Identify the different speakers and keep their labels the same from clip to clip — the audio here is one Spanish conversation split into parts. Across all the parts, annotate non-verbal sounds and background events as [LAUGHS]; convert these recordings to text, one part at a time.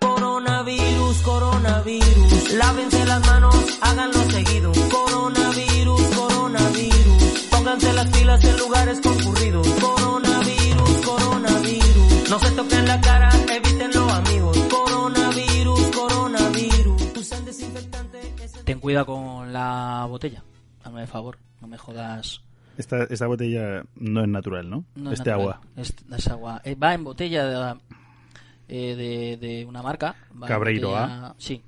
Speaker 1: Coronavirus, coronavirus, lávense las manos, háganlo seguido. Coronavirus, coronavirus, pónganse las pilas en lugares concurridos. Coronavirus, coronavirus, no se toquen la cara, evítenlo amigos. Coronavirus, coronavirus, usen desinfectante. ese-
Speaker 2: Ten cuidado con la botella. Hazme el favor, no me jodas.
Speaker 3: Esta, esta botella no es natural, ¿no?
Speaker 2: No es
Speaker 3: este
Speaker 2: natural.
Speaker 3: agua.
Speaker 2: Es, es agua. Eh, va en botella de, la- eh, de, de una marca. Va en
Speaker 3: Cabreiro A.
Speaker 2: botella- Sí.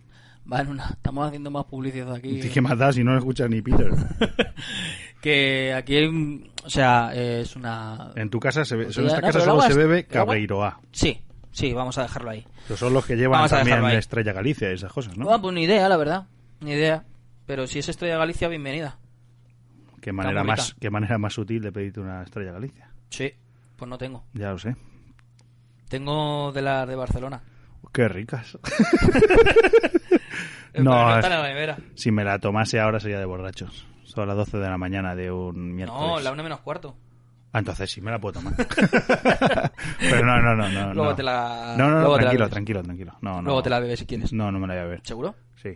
Speaker 2: Va en una... Estamos haciendo más publicidad aquí.
Speaker 3: ¿Qué más da si no lo escuchas
Speaker 2: [LAUGHS]
Speaker 3: ni Peter?
Speaker 2: Que aquí hay un... O sea, eh, es una...
Speaker 3: En tu casa, se be-
Speaker 2: Botella-
Speaker 3: en esta
Speaker 2: Pues no,
Speaker 3: casa
Speaker 2: pero el
Speaker 3: solo
Speaker 2: agua
Speaker 3: se
Speaker 2: es-
Speaker 3: bebe
Speaker 2: ¿el agua?
Speaker 3: Cabreiro A.
Speaker 2: Sí, sí, vamos a dejarlo ahí.
Speaker 3: Que son los que llevan
Speaker 2: Vamos a
Speaker 3: también
Speaker 2: dejarlo ahí.
Speaker 3: la Estrella Galicia y esas cosas, ¿no?
Speaker 2: No, pues ni idea, la verdad. Ni idea. Pero si es Estrella Galicia, bienvenida.
Speaker 3: Qué manera,
Speaker 2: bonita.
Speaker 3: más, qué manera más sutil de pedirte una Estrella Galicia.
Speaker 2: Sí. Pues no tengo.
Speaker 3: Ya lo sé.
Speaker 2: Tengo de la de Barcelona.
Speaker 3: Qué ricas. [LAUGHS]
Speaker 2: Eh, pero
Speaker 3: no,
Speaker 2: está en la nevera.
Speaker 3: si me la tomase ahora sería de borrachos. Son las 12 de la mañana de un miércoles.
Speaker 2: No, la una menos cuarto.
Speaker 3: Ah, entonces sí me la puedo
Speaker 2: [LAUGHS]
Speaker 3: tomar. [LAUGHS] Pero no, no, no. no
Speaker 2: Luego
Speaker 3: no.
Speaker 2: te la-
Speaker 3: No, no, no,
Speaker 2: luego te la bebes.
Speaker 3: tranquilo, tranquilo, tranquilo. No, no.
Speaker 2: Luego te la bebes si quieres.
Speaker 3: No, no me la voy a beber.
Speaker 2: ¿Seguro?
Speaker 3: Sí.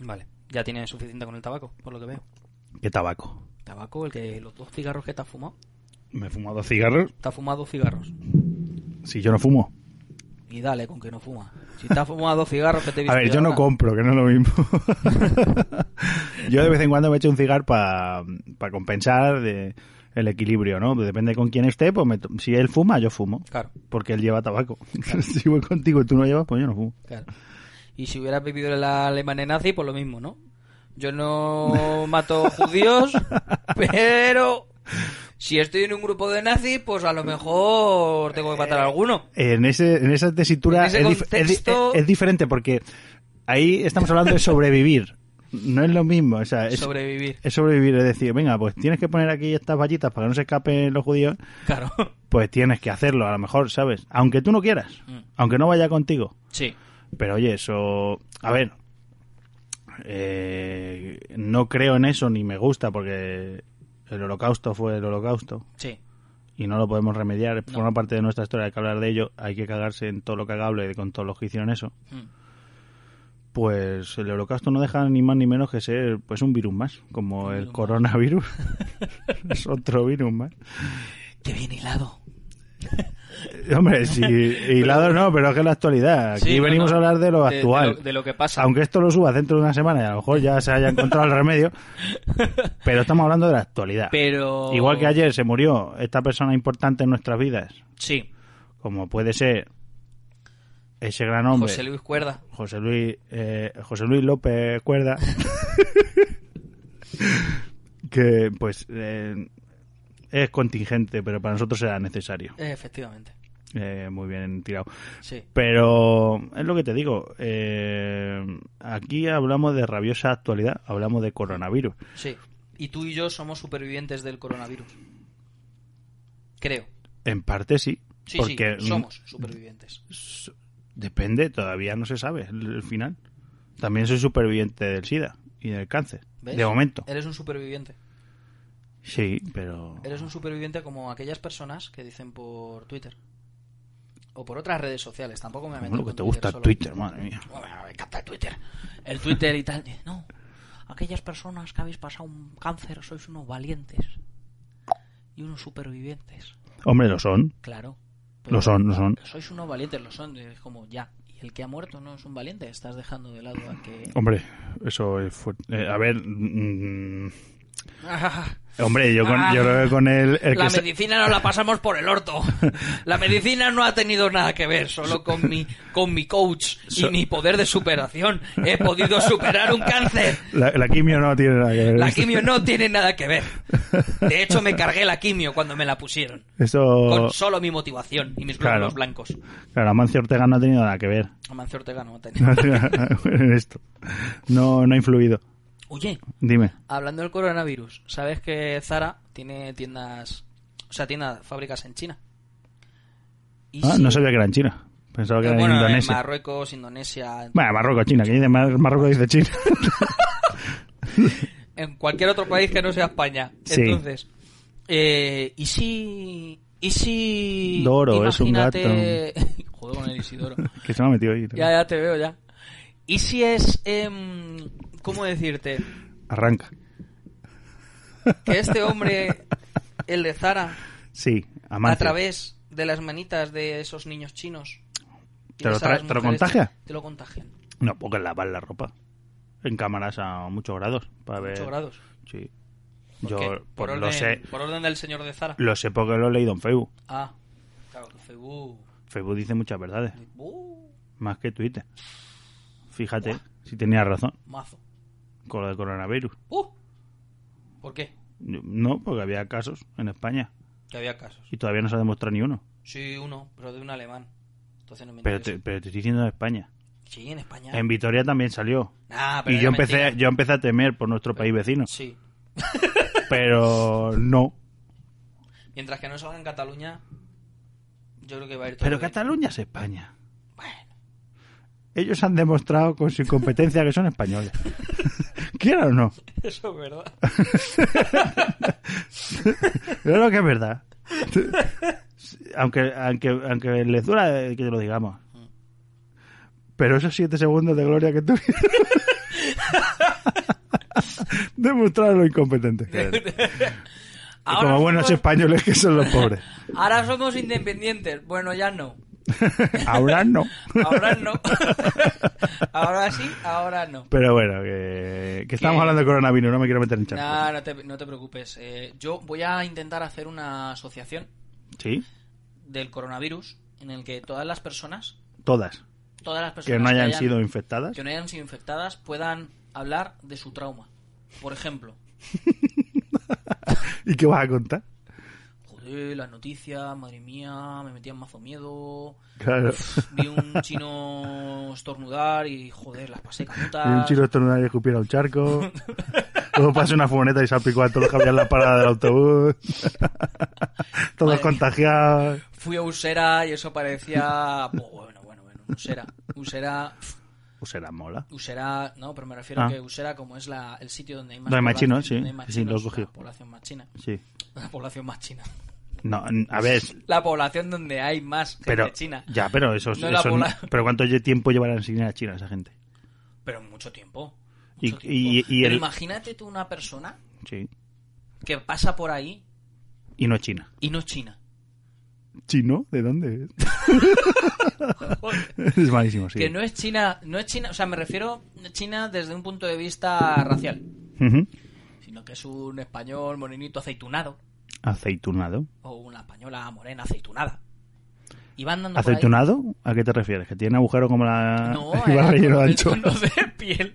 Speaker 2: Vale. Ya tiene suficiente con el tabaco, por lo que veo.
Speaker 3: ¿Qué tabaco?
Speaker 2: Tabaco, el que los dos cigarros que te has fumado.
Speaker 3: Me he fumado cigarros.
Speaker 2: Te has fumado dos cigarros.
Speaker 3: Si yo no fumo.
Speaker 2: Y dale, con que no fuma. Si te has fumado dos cigarros que te he
Speaker 3: A
Speaker 2: visto
Speaker 3: ver, yo no
Speaker 2: ahora,
Speaker 3: compro, que no es lo mismo. [LAUGHS] yo de vez en cuando me echo un cigarro para compensar de- el equilibrio, ¿no? Depende con quién esté, pues me to- si él fuma, yo fumo.
Speaker 2: Claro,
Speaker 3: Porque él lleva tabaco. [LAUGHS] si voy contigo y tú no llevas, pues yo no fumo.
Speaker 2: claro. Y si hubieras vivido en la Alemania nazi, pues lo mismo, ¿no? Yo
Speaker 3: [LAUGHS]
Speaker 2: no mato judíos, pero si estoy en un grupo de nazis, pues a lo mejor tengo que matar a alguno.
Speaker 3: En, ese, en esa tesitura
Speaker 2: En ese
Speaker 3: es, dif- es di-
Speaker 2: contexto-
Speaker 3: es diferente porque ahí estamos hablando de sobrevivir. No es lo mismo. O sea, Eh, es,
Speaker 2: Sobrevivir,
Speaker 3: es sobrevivir, es decir, venga, pues tienes que poner aquí estas vallitas para que no se escapen los judíos,
Speaker 2: claro.
Speaker 3: pues tienes que hacerlo, a lo mejor, ¿sabes? Aunque tú no quieras,
Speaker 2: [LAUGHS] Mm.
Speaker 3: aunque no vaya contigo.
Speaker 2: Sí,
Speaker 3: Pero oye, eso... A ver, eh, no creo en eso ni me gusta porque el holocausto fue el holocausto
Speaker 2: sí.
Speaker 3: y no lo podemos remediar,
Speaker 2: No.
Speaker 3: forma parte de nuestra historia, hay que hablar de ello, hay que cagarse en todo lo cagable con todos los que hicieron eso.
Speaker 2: Mm.
Speaker 3: Pues el holocausto no deja ni más ni menos que ser pues un virus más, como
Speaker 2: Un
Speaker 3: el
Speaker 2: virus más.
Speaker 3: coronavirus. [LAUGHS] es otro virus más.
Speaker 2: Qué bien hilado.
Speaker 3: [LAUGHS] Hombre, si hilado no, pero es que es la actualidad. Aquí
Speaker 2: Sí, no,
Speaker 3: venimos
Speaker 2: no.
Speaker 3: a hablar de lo actual.
Speaker 2: De, lo, de lo que pasa.
Speaker 3: Aunque esto lo subas dentro de una semana y a lo mejor ya se haya encontrado
Speaker 2: [LAUGHS]
Speaker 3: el remedio, pero estamos hablando de la actualidad.
Speaker 2: Pero...
Speaker 3: Igual que ayer se murió esta persona importante en nuestras vidas,
Speaker 2: Sí,
Speaker 3: como puede ser ese gran hombre,
Speaker 2: José Luis Cuerda.
Speaker 3: José Luis, eh, José Luis
Speaker 2: [LAUGHS]
Speaker 3: López Cuerda, que pues eh, es contingente, pero para nosotros era necesario.
Speaker 2: Eh, Efectivamente,
Speaker 3: Eh, muy bien tirado.
Speaker 2: sí.
Speaker 3: Pero es lo que te digo, eh, aquí hablamos de rabiosa actualidad, hablamos de coronavirus.
Speaker 2: Sí. Y tú y yo somos supervivientes del coronavirus. Creo.
Speaker 3: En parte sí,
Speaker 2: Sí,
Speaker 3: porque
Speaker 2: sí, somos supervivientes.
Speaker 3: Depende, todavía no se sabe el, el final. También soy superviviente del SIDA y del cáncer.
Speaker 2: ¿Ves?
Speaker 3: De momento.
Speaker 2: Eres un superviviente.
Speaker 3: Sí, pero...
Speaker 2: Eres un superviviente como aquellas personas que dicen por Twitter. O por otras redes sociales. Tampoco me meto
Speaker 3: Hombre, lo que
Speaker 2: con
Speaker 3: te gusta
Speaker 2: solo.
Speaker 3: Twitter, madre mía.
Speaker 2: Bueno, me encanta el Twitter. El Twitter y tal. No. Aquellas personas que habéis pasado un cáncer sois unos valientes. Y unos supervivientes.
Speaker 3: Hombre, lo son,
Speaker 2: Claro.
Speaker 3: lo son, lo son.
Speaker 2: Sois unos valientes, lo son. Es como, ya. Y el que ha muerto no es un
Speaker 3: [LAUGHS]
Speaker 2: valiente. Estás dejando de lado a que...
Speaker 3: Hombre, eso es fuerte. Eh, a ver, mm, Hombre, yo, con- yo creo que con el, el
Speaker 2: Ah. la
Speaker 3: que se-
Speaker 2: medicina no la pasamos por el
Speaker 3: [LAUGHS]
Speaker 2: orto. La medicina no ha tenido nada que ver, solo con mi, con mi coach y
Speaker 3: So-
Speaker 2: mi poder de superación he podido superar un cáncer.
Speaker 3: la, la quimio no tiene nada que ver.
Speaker 2: La quimio no tiene nada que ver. De hecho,
Speaker 3: [LAUGHS]
Speaker 2: me cargué la quimio cuando me la pusieron.
Speaker 3: Eso-
Speaker 2: Con solo mi motivación y mis glóbulos
Speaker 3: Oh. Claro.
Speaker 2: blancos.
Speaker 3: Claro, Amancio Ortega no ha tenido nada que ver
Speaker 2: Amancio Ortega no ha
Speaker 3: [LAUGHS]
Speaker 2: tenido.
Speaker 3: en esto. No, no ha influido.
Speaker 2: Oye,
Speaker 3: Dime.
Speaker 2: hablando del coronavirus, ¿sabes que Zara tiene tiendas... O sea, tiene fábricas en China? Y
Speaker 3: Ah,
Speaker 2: si-
Speaker 3: no sabía que era en China. Pensaba que
Speaker 2: Eh,
Speaker 3: era
Speaker 2: bueno,
Speaker 3: en
Speaker 2: en
Speaker 3: Indonesia.
Speaker 2: Marruecos, Indonesia, en-
Speaker 3: Bueno, Marruecos, China. ¿Quién dice Mar- Marruecos dice China? [LAUGHS]
Speaker 2: en cualquier otro país que no sea España.
Speaker 3: Sí.
Speaker 2: Entonces, eh, ¿y si... ¿Y si...
Speaker 3: Doro, es un
Speaker 2: imagínate- [LAUGHS] Joder con el Isidoro.
Speaker 3: que se me ha metido ahí.
Speaker 2: ya, ya te veo, ya. ¿Y si es... em, ¿Cómo decirte?
Speaker 3: Arranca.
Speaker 2: Que este hombre, el de Zara,
Speaker 3: Sí, Amancio.
Speaker 2: a través de las manitas de esos niños chinos... y
Speaker 3: ¿Te lo
Speaker 2: de esas
Speaker 3: trae- te lo
Speaker 2: mujeres
Speaker 3: contagia?
Speaker 2: chinas, Te lo contagian.
Speaker 3: No, porque lavar la ropa. En cámaras a muchos grados. Para ver.
Speaker 2: 8 grados.
Speaker 3: Sí.
Speaker 2: ¿Por
Speaker 3: Yo
Speaker 2: qué?
Speaker 3: por-
Speaker 2: por, orden,
Speaker 3: lo sé.
Speaker 2: por orden del señor de Zara.
Speaker 3: Lo sé porque lo he leído en Facebook.
Speaker 2: Ah, claro, que Facebook.
Speaker 3: Facebook dice muchas verdades.
Speaker 2: Uh,
Speaker 3: Más que Twitter. Fíjate si tenía razón
Speaker 2: mazo.
Speaker 3: con lo del coronavirus.
Speaker 2: Uh, ¿Por qué?
Speaker 3: No, porque había casos en España
Speaker 2: Que había casos.
Speaker 3: y todavía no se ha demostrado ni uno.
Speaker 2: Sí, uno, pero de un alemán. Entonces no me
Speaker 3: Pero te, pero te estoy diciendo en España.
Speaker 2: Sí, en España.
Speaker 3: En Vitoria también salió.
Speaker 2: Nah, Ah, pero
Speaker 3: Y
Speaker 2: era
Speaker 3: yo empecé,
Speaker 2: mentira.
Speaker 3: yo empecé a temer por nuestro país
Speaker 2: [LAUGHS]
Speaker 3: vecino.
Speaker 2: Sí.
Speaker 3: Pero no.
Speaker 2: Mientras que no salga en Cataluña, yo creo que va a ir todo
Speaker 3: Pero
Speaker 2: bien.
Speaker 3: Cataluña es España.
Speaker 2: Bueno, [LAUGHS]
Speaker 3: Ellos han demostrado con su incompetencia que son españoles. [LAUGHS] Quiera o no.
Speaker 2: eso es verdad.
Speaker 3: Claro que es verdad. Aunque, aunque, aunque les dura eh, que te lo digamos. Pero esos siete segundos de gloria que tuvieron. [LAUGHS] Demostraron lo incompetente
Speaker 2: [LAUGHS]
Speaker 3: que eran. Y
Speaker 2: Ahora
Speaker 3: como buenos
Speaker 2: somos-
Speaker 3: españoles que son los pobres.
Speaker 2: ahora somos independientes. Bueno, ya no.
Speaker 3: Ahora no.
Speaker 2: Ahora
Speaker 3: [LAUGHS]
Speaker 2: no. ahora sí, ahora no.
Speaker 3: Pero bueno, que, que estamos
Speaker 2: Que-
Speaker 3: hablando de coronavirus, no me quiero meter en charco.
Speaker 2: Nah, no, te, no te preocupes. Eh, yo voy a intentar hacer una asociación
Speaker 3: Sí,
Speaker 2: del coronavirus en el que todas las personas,
Speaker 3: todas.
Speaker 2: todas las personas
Speaker 3: Que no hayan sido infectadas.
Speaker 2: que no hayan sido infectadas puedan hablar de su trauma. Por ejemplo,
Speaker 3: ¿Y qué vas a contar?
Speaker 2: joder, las noticias, madre mía, me metían mazo miedo.
Speaker 3: Claro.
Speaker 2: Vi
Speaker 3: [LAUGHS]
Speaker 2: un chino estornudar y joder, las pasé canutas.
Speaker 3: Y un chino estornudado y escupiera
Speaker 2: [LAUGHS]
Speaker 3: un charco. Luego pasa una furgoneta y salpicó a todos los que habían en la parada
Speaker 2: [LAUGHS]
Speaker 3: del autobús. todos
Speaker 2: Madre
Speaker 3: contagiados.
Speaker 2: Fui a Usera y eso
Speaker 3: [LAUGHS]
Speaker 2: parecía. Bo, bueno, bueno, bueno, Usera. Usera.
Speaker 3: Pues era mola.
Speaker 2: Usera, no, pero me refiero
Speaker 3: Ah.
Speaker 2: a que Usera, como es la, el sitio donde hay más,
Speaker 3: Donde hay más
Speaker 2: población-
Speaker 3: chinos, sí.
Speaker 2: donde hay más
Speaker 3: Sí, sí, lo he
Speaker 2: chinos,
Speaker 3: cogido.
Speaker 2: la población más china. [LAUGHS]
Speaker 3: Sí.
Speaker 2: La población más china.
Speaker 3: No, n- a ver,
Speaker 2: La población donde hay más gente
Speaker 3: pero...
Speaker 2: china.
Speaker 3: Ya, pero eso...
Speaker 2: No la
Speaker 3: eso-
Speaker 2: pobla-
Speaker 3: pero ¿cuánto lle- tiempo llevarán sin ir a China esa gente?
Speaker 2: Pero mucho tiempo.
Speaker 3: Y-
Speaker 2: Mucho tiempo.
Speaker 3: y- y
Speaker 2: Pero
Speaker 3: el-
Speaker 2: imagínate tú una persona
Speaker 3: Sí.
Speaker 2: que pasa por ahí
Speaker 3: Y no China.
Speaker 2: y no es
Speaker 3: [LAUGHS]
Speaker 2: china.
Speaker 3: ¿Chino? ¿De dónde es? [LAUGHS] es malísimo, sí.
Speaker 2: Que no es china, no es china, o sea, me refiero a china desde un punto de vista racial,
Speaker 3: Ujú.
Speaker 2: sino que es un español morenito aceitunado
Speaker 3: Aceitunado.
Speaker 2: o una española morena aceitunada. Y van dando por ahí-
Speaker 3: ¿Aceitunado? ¿A qué te refieres? ¿Que tiene agujero como la... [LAUGHS]
Speaker 2: No,
Speaker 3: y va
Speaker 2: era
Speaker 3: relleno de
Speaker 2: el
Speaker 3: ancho?
Speaker 2: tono de piel.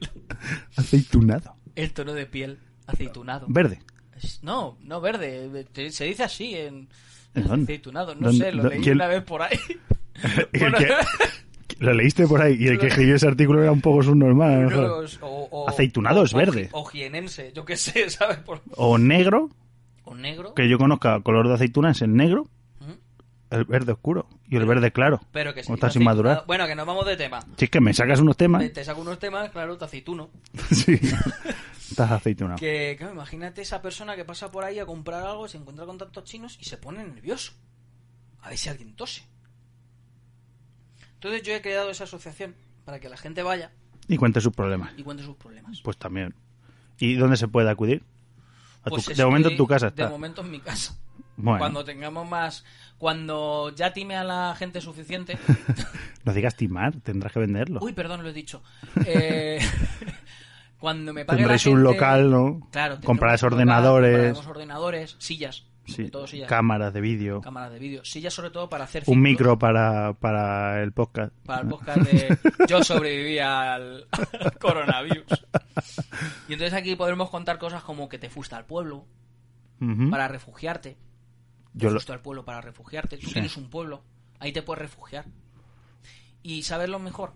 Speaker 3: Aceitunado.
Speaker 2: El tono de piel aceitunado.
Speaker 3: Verde.
Speaker 2: Es- No, no verde. te- Se dice así en.
Speaker 3: ¿En dónde?
Speaker 2: Aceitunado, no
Speaker 3: ¿Dónde-
Speaker 2: sé, lo
Speaker 3: dó-
Speaker 2: leí
Speaker 3: quién-
Speaker 2: una vez por
Speaker 3: [LAUGHS]
Speaker 2: ahí.
Speaker 3: ¿Y
Speaker 2: [LAUGHS]
Speaker 3: el [LAUGHS]
Speaker 2: Bueno,
Speaker 3: que- lo leíste por ahí y el que escribió ese artículo era un poco subnormal. a lo mejor.
Speaker 2: unos- o- o-
Speaker 3: Aceitunado
Speaker 2: o-
Speaker 3: es verde.
Speaker 2: O, jienense, yo qué sé, [LAUGHS] ¿sabes? Por-
Speaker 3: O negro,
Speaker 2: o negro,
Speaker 3: que yo conozca, color de aceituna es el negro,
Speaker 2: Ujú.
Speaker 3: el verde oscuro y el verde claro.
Speaker 2: pero que sí.
Speaker 3: O está sin madurar.
Speaker 2: aceitunado. Bueno, que nos vamos de tema.
Speaker 3: Si es que me sacas unos temas,
Speaker 2: Te- Te saco unos temas, claro, te aceituno.
Speaker 3: [LAUGHS] sí, estás aceitunado.
Speaker 2: Que, claro, imagínate esa persona que pasa por ahí a comprar algo, se encuentra con tantos chinos y se pone nervioso. A ver si alguien tose. Entonces yo he creado esa asociación para que la gente vaya
Speaker 3: Y cuente sus problemas.
Speaker 2: y cuente sus problemas.
Speaker 3: Pues también. ¿Y dónde se puede acudir? A tu-
Speaker 2: Pues
Speaker 3: de momento en
Speaker 2: estoy-
Speaker 3: tu casa está.
Speaker 2: De momento en mi casa.
Speaker 3: Bueno,
Speaker 2: Cuando tengamos más... Cuando ya time a la gente
Speaker 3: [LAUGHS]
Speaker 2: suficiente...
Speaker 3: no digas timar, tendrás que venderlo.
Speaker 2: Uy, perdón, lo he dicho. Eh, [LAUGHS] Cuando me pague la
Speaker 3: Tendréis un
Speaker 2: gente-
Speaker 3: local, ¿no?
Speaker 2: Claro, tendremos
Speaker 3: Comprarás
Speaker 2: un local,
Speaker 3: ordenadores,
Speaker 2: compraremos ordenadores, sillas.
Speaker 3: sí,
Speaker 2: sobre todo sillas.
Speaker 3: cámaras de vídeo,
Speaker 2: cámaras de vídeo. Sillas sobre todo para hacer...
Speaker 3: un
Speaker 2: círculos,
Speaker 3: micro para, para el podcast.
Speaker 2: Para el podcast
Speaker 3: [LAUGHS]
Speaker 2: de Yo sobreviví al [LAUGHS] al coronavirus. Y entonces aquí podremos contar cosas como que te fuiste al pueblo
Speaker 3: Ujú.
Speaker 2: para refugiarte.
Speaker 3: ¿Mm? Yo lo-
Speaker 2: justo al pueblo para refugiarte. Tú
Speaker 3: Sí.
Speaker 2: tienes un pueblo, ahí te puedes refugiar. Y sabes lo mejor,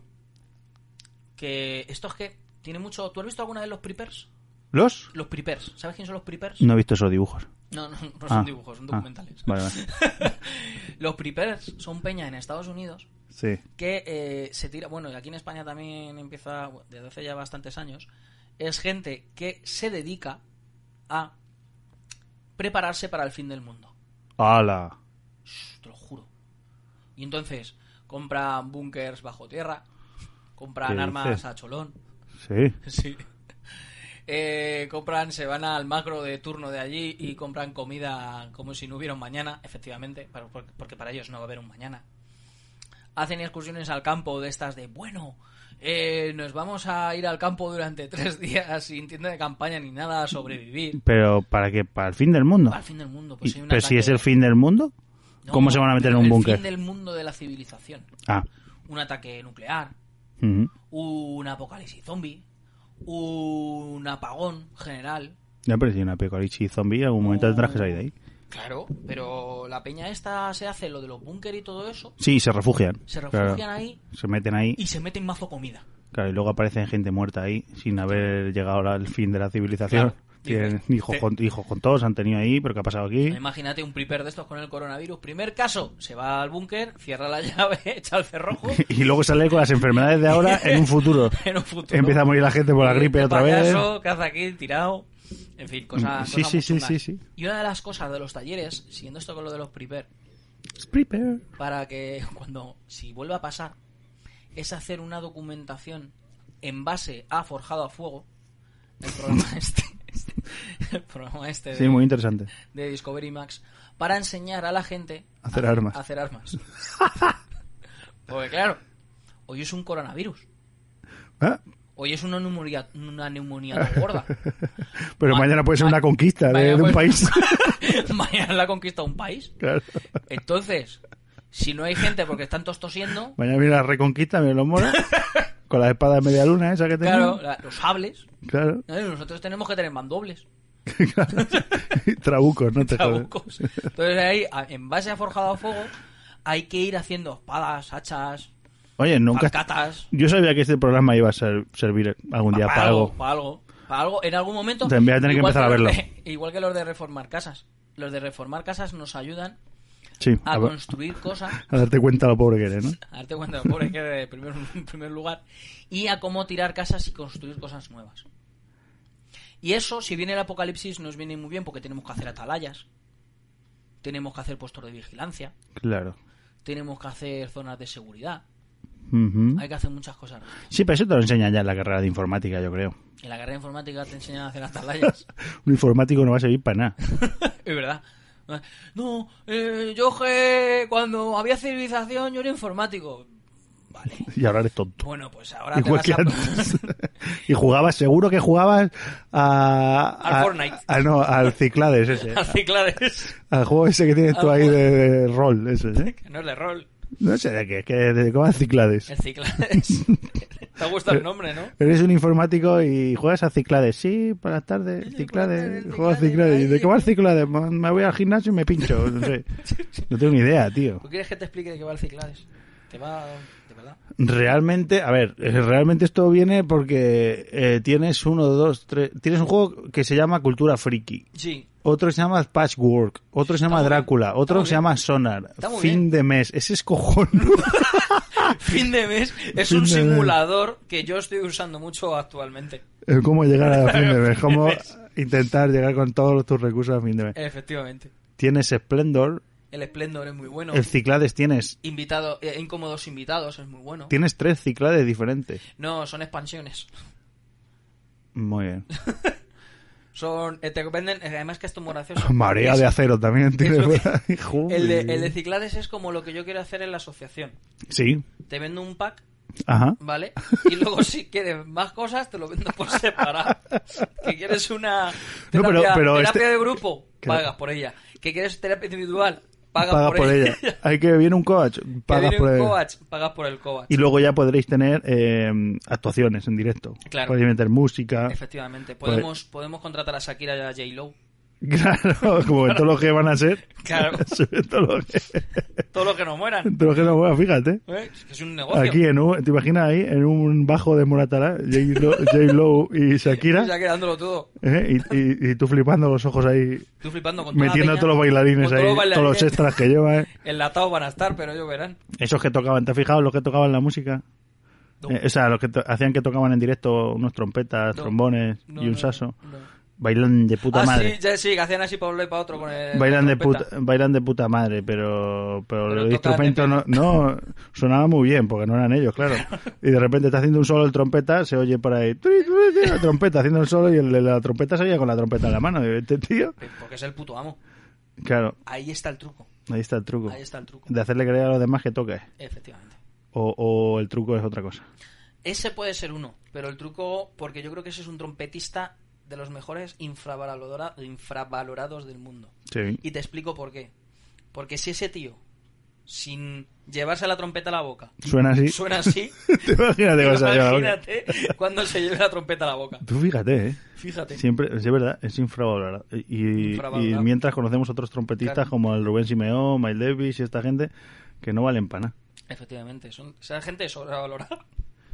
Speaker 2: que esto es que tiene mucho... ¿Tú has visto alguna vez los preppers?
Speaker 3: ¿Los?
Speaker 2: Los preppers, ¿sabes quién son los preppers?
Speaker 3: No he visto esos dibujos.
Speaker 2: No, no, no son
Speaker 3: Ah,
Speaker 2: dibujos, son
Speaker 3: ah,
Speaker 2: documentales.
Speaker 3: vale, vale.
Speaker 2: [LAUGHS] Los preppers son peña en Estados Unidos
Speaker 3: Sí.
Speaker 2: que eh, se tira, bueno, y aquí en España también empieza bueno, desde hace ya bastantes años, es gente que se dedica a prepararse para el fin del mundo.
Speaker 3: ¡Hala!
Speaker 2: te lo juro. Y entonces compran búnkers bajo tierra, compran
Speaker 3: ¿Qué
Speaker 2: armas
Speaker 3: dices?
Speaker 2: a cholón,
Speaker 3: Sí.
Speaker 2: [LAUGHS] sí. Eh, compran, se van al macro de turno de allí y compran comida como si no hubiera un mañana, efectivamente, para- por- porque para ellos no va a haber un mañana. Hacen excursiones al campo de estas de, bueno, eh, nos vamos a ir al campo durante tres días sin tienda de campaña ni nada a sobrevivir.
Speaker 3: ¿Pero para qué? ¿Para el fin del mundo?
Speaker 2: Al fin del mundo,
Speaker 3: Y-
Speaker 2: pues hay un
Speaker 3: ¿Pero si
Speaker 2: ataque-
Speaker 3: es el fin del mundo?
Speaker 2: No,
Speaker 3: ¿Cómo se van a meter en un
Speaker 2: el
Speaker 3: búnker?
Speaker 2: fin del mundo de la civilización
Speaker 3: Ah.
Speaker 2: un ataque nuclear,
Speaker 3: Ujú.
Speaker 2: un apocalipsis zombie, un apagón general.
Speaker 3: Ya, pero si una pecorichi zombie, algún momento tendrás que salir de ahí.
Speaker 2: Claro, pero la peña esta se hace lo de los búnker y todo eso,
Speaker 3: Sí, se refugian.
Speaker 2: se refugian
Speaker 3: Claro.
Speaker 2: ahí
Speaker 3: Se meten ahí.
Speaker 2: y se meten mazo comida.
Speaker 3: Claro, y luego aparecen gente muerta ahí sin haber llegado al fin de la civilización.
Speaker 2: Claro.
Speaker 3: Tienen
Speaker 2: Dices,
Speaker 3: hijos
Speaker 2: te-
Speaker 3: con, hijos con todos, han tenido ahí, pero ¿qué ha pasado aquí? [LAUGHS]
Speaker 2: Imagínate un prepper de estos con el coronavirus. Primer caso, se va al búnker, cierra la [LAUGHS] llave, echa el
Speaker 3: [LAUGHS]
Speaker 2: cerrojo.
Speaker 3: Y luego sale con las enfermedades de ahora en
Speaker 2: [LAUGHS]
Speaker 3: un futuro.
Speaker 2: En un futuro.
Speaker 3: Empieza a morir la gente por la
Speaker 2: Este
Speaker 3: gripe otra vez.
Speaker 2: payaso que hace aquí tirado. En fin, cosas.
Speaker 3: Sí,
Speaker 2: cosas
Speaker 3: sí,
Speaker 2: muy
Speaker 3: sí,
Speaker 2: chungas.
Speaker 3: sí, sí.
Speaker 2: Y una de las cosas de los talleres, siguiendo esto con lo de los prepper,
Speaker 3: Prepare.
Speaker 2: para que [LAUGHS] cuando si vuelva a pasar es hacer una documentación en base a forjado a fuego el programa
Speaker 3: [LAUGHS]
Speaker 2: este el programa este de,
Speaker 3: Sí, muy interesante.
Speaker 2: de Discovery Max para enseñar a la gente
Speaker 3: Hacer armas.
Speaker 2: a hacer armas [LAUGHS] porque claro hoy es un coronavirus
Speaker 3: Ah,
Speaker 2: hoy es una neumonía una neumonía tan
Speaker 3: [LAUGHS]
Speaker 2: gorda
Speaker 3: Pero
Speaker 2: Ma-
Speaker 3: mañana puede ser
Speaker 2: ma-
Speaker 3: una conquista de,
Speaker 2: mañana
Speaker 3: de un
Speaker 2: puede-
Speaker 3: país.
Speaker 2: [LAUGHS]
Speaker 3: [LAUGHS]
Speaker 2: mañana la conquista un país
Speaker 3: Claro.
Speaker 2: entonces si no hay gente porque están todos tosiendo
Speaker 3: Mañana viene la reconquista, me
Speaker 2: [LAUGHS]
Speaker 3: lo mola. Con la espada de media luna esa que
Speaker 2: claro
Speaker 3: tenemos.
Speaker 2: la- los sables
Speaker 3: Claro. [LAUGHS]
Speaker 2: ¿no? Y nosotros tenemos que tener mandobles
Speaker 3: Trabucos,
Speaker 2: [LAUGHS]
Speaker 3: no te jodes.
Speaker 2: trabucos. Entonces ahí, a- en base a Forjado a Fuego, hay que ir haciendo espadas, hachas,
Speaker 3: Oye, nunca.
Speaker 2: alcatas.
Speaker 3: Yo sabía que este programa iba a ser- servir algún día para algo.
Speaker 2: Para algo. Para algo. En algún momento...
Speaker 3: Te voy a tener que
Speaker 2: igual
Speaker 3: empezar a
Speaker 2: los
Speaker 3: verlo.
Speaker 2: de- [LAUGHS] igual que los de reformar casas. Los de reformar casas nos ayudan
Speaker 3: Sí,
Speaker 2: a
Speaker 3: a, ver-
Speaker 2: construir cosas.
Speaker 3: a darte cuenta lo pobre que
Speaker 2: [LAUGHS]
Speaker 3: eres, ¿no?
Speaker 2: A darte cuenta, pobre, que de primer, [LAUGHS] en primer lugar. Y a cómo tirar casas y construir cosas nuevas. Y eso, si viene el apocalipsis, nos viene muy bien porque tenemos que hacer atalayas. Tenemos que hacer puestos de vigilancia.
Speaker 3: Claro.
Speaker 2: tenemos que hacer zonas de seguridad,
Speaker 3: Ujú.
Speaker 2: hay que hacer muchas cosas.
Speaker 3: Sí, pero eso te lo enseñan ya en la carrera de informática, yo creo.
Speaker 2: En la carrera de informática te enseñan a hacer las
Speaker 3: [LAUGHS]
Speaker 2: talayas,
Speaker 3: Un informático no va a servir para nada. [LAUGHS]
Speaker 2: es verdad. No, eh, yo que cuando había civilización yo era informático. Vale.
Speaker 3: Y ahora eres tonto.
Speaker 2: Bueno, pues ahora te
Speaker 3: Igual
Speaker 2: vas
Speaker 3: que
Speaker 2: a...
Speaker 3: antes. [LAUGHS] y jugabas, seguro que jugabas a,
Speaker 2: Al
Speaker 3: a-
Speaker 2: Fortnite.
Speaker 3: a- no, [LAUGHS] al Ciclades ese.
Speaker 2: [LAUGHS] [LAUGHS] a Ciclades,
Speaker 3: al juego ese que tienes tú
Speaker 2: Al
Speaker 3: ahí de, de rol, ese, [LAUGHS] ¿eh?
Speaker 2: que no es de rol.
Speaker 3: No sé de qué, que de cómo es Ciclades.
Speaker 2: El
Speaker 3: [LAUGHS]
Speaker 2: Ciclades. Te gusta el nombre, ¿no?
Speaker 3: Eres un informático y juegas a Ciclades. Sí, por las tardes, Ciclades. Juego a Ciclades. ¿Y ¿De qué vas Ciclades? Me me voy al gimnasio y me pincho. No [LAUGHS] sé. No tengo ni idea, tío.
Speaker 2: ¿Tú quieres que te explique de qué va el Ciclades? Te va... de verdad.
Speaker 3: Realmente, a ver, eh, realmente esto viene porque eh, tienes uno, dos, tres. Tienes un juego que se llama Cultura Friki.
Speaker 2: Sí.
Speaker 3: Otro se llama Patchwork. Otro se llama
Speaker 2: muy bien,
Speaker 3: Drácula.
Speaker 2: está
Speaker 3: Otro
Speaker 2: muy
Speaker 3: se
Speaker 2: bien.
Speaker 3: llama Sonar.
Speaker 2: Está muy
Speaker 3: Fin
Speaker 2: bien.
Speaker 3: de mes. Ese es cojonudo. [LAUGHS]
Speaker 2: Fin de mes es
Speaker 3: Fin
Speaker 2: un
Speaker 3: de mes.
Speaker 2: simulador que yo estoy usando mucho actualmente.
Speaker 3: Eh, ¿Cómo llegar a fin de mes? ¿Cómo
Speaker 2: mes.
Speaker 3: intentar llegar con todos tus recursos a fin de mes?
Speaker 2: Efectivamente.
Speaker 3: Tienes Splendor.
Speaker 2: El Splendor es muy bueno.
Speaker 3: El Ciclades tienes.
Speaker 2: Invitado, eh, incómodos invitados es muy bueno.
Speaker 3: Tienes tres Ciclades diferentes.
Speaker 2: No, son expansiones.
Speaker 3: Muy bien.
Speaker 2: Son, eh, te venden, eh, además que esto es muy gracioso.
Speaker 3: [LAUGHS] Marea
Speaker 2: Es-
Speaker 3: de acero también tienes.
Speaker 2: lo que- [LAUGHS]
Speaker 3: por ahí. Joder.
Speaker 2: El de, el de Ciclades es como lo que yo quiero hacer en la asociación.
Speaker 3: Sí.
Speaker 2: Te vendo un pack
Speaker 3: Ajá.
Speaker 2: ¿Vale? Y luego si quieres más cosas te lo vendo por separado. que quieres una
Speaker 3: No,
Speaker 2: terapia,
Speaker 3: pero- pero
Speaker 2: terapia
Speaker 3: este-
Speaker 2: de grupo,
Speaker 3: Claro.
Speaker 2: pagas por ella. Que quieres terapia individual, pagas
Speaker 3: Paga por ella. Hay que viene un
Speaker 2: [LAUGHS]
Speaker 3: coach,
Speaker 2: Que
Speaker 3: pagas
Speaker 2: viene
Speaker 3: por
Speaker 2: un
Speaker 3: ella.
Speaker 2: coach, pagas por el coach.
Speaker 3: Y luego ya podréis tener eh, actuaciones en directo.
Speaker 2: Claro.
Speaker 3: Podéis meter música.
Speaker 2: Efectivamente,
Speaker 3: Pues-
Speaker 2: podemos, podemos contratar a Shakira y a J. Lo.
Speaker 3: [LAUGHS] Claro, como en todos los que van a ser. [LAUGHS]
Speaker 2: [LAUGHS] Claro.
Speaker 3: En todos los que,
Speaker 2: Todo lo que nos mueran.
Speaker 3: en todos los que no juegan, fíjate.
Speaker 2: ¿eh? Es un negocio.
Speaker 3: Aquí, en un, ¿te imaginas ahí? En un bajo de Moratara, J-Lo y
Speaker 2: [LAUGHS]
Speaker 3: Shakira.
Speaker 2: Ya quedándolo todo.
Speaker 3: ¿eh? Y, y- y tú flipando los ojos ahí,
Speaker 2: Estoy flipando con toda la
Speaker 3: metiendo a
Speaker 2: peña,
Speaker 3: todos los bailarines
Speaker 2: con
Speaker 3: ahí, todos los
Speaker 2: bailarines.
Speaker 3: extras Eh, que lleva. ¿eh?
Speaker 2: Enlatados van a estar, pero ellos verán.
Speaker 3: Esos que tocaban, ¿te has fijado los que tocaban la música?
Speaker 2: No.
Speaker 3: Eh, o sea, los que to- hacían que tocaban en directo unos trompetas,
Speaker 2: No.
Speaker 3: trombones
Speaker 2: No,
Speaker 3: y un
Speaker 2: no,
Speaker 3: saso.
Speaker 2: no.
Speaker 3: Bailan de puta
Speaker 2: ah,
Speaker 3: madre.
Speaker 2: sí, ya sí, que hacían así para un lado y para otro con el.
Speaker 3: Bailan
Speaker 2: la
Speaker 3: de,
Speaker 2: trompeta.
Speaker 3: puta, bailan de puta madre, pero, pero,
Speaker 2: Pero
Speaker 3: los
Speaker 2: tocan de
Speaker 3: instrumentos no, no sonaba muy bien, porque no eran
Speaker 2: [LAUGHS]
Speaker 3: ellos, claro. Y de repente está haciendo un solo el trompeta, se oye por ahí, "Tri, tri, tri", la trompeta haciendo el solo y el de la trompeta se oye con la trompeta en la mano. Y Este tío,
Speaker 2: Eh, Porque es el puto amo.
Speaker 3: claro,
Speaker 2: Ahí está el truco.
Speaker 3: ahí está el truco.
Speaker 2: Ahí está el truco.
Speaker 3: De hacerle creer a los demás que toque.
Speaker 2: Efectivamente.
Speaker 3: O, o el truco es otra cosa.
Speaker 2: Ese puede ser uno, pero el truco, porque yo creo que ese es un trompetista de los mejores infravalorado- infravalorados del mundo.
Speaker 3: Sí.
Speaker 2: Y te explico por qué. Porque si ese tío, sin llevarse la trompeta a la boca,
Speaker 3: Suena así. [LAUGHS]
Speaker 2: suena así,
Speaker 3: Te imaginas de cosas, yo,
Speaker 2: imagínate cuando se lleve la trompeta a la boca.
Speaker 3: Tú fíjate, ¿eh?
Speaker 2: Fíjate.
Speaker 3: Siempre, es verdad, es infravalorado. Y, y
Speaker 2: Infravalorado.
Speaker 3: mientras conocemos otros trompetistas
Speaker 2: Claro.
Speaker 3: como el Rubén Simeón, Miles Davis y esta gente, que no valen para nada.
Speaker 2: Efectivamente, son, esa gente es sobrevalorada.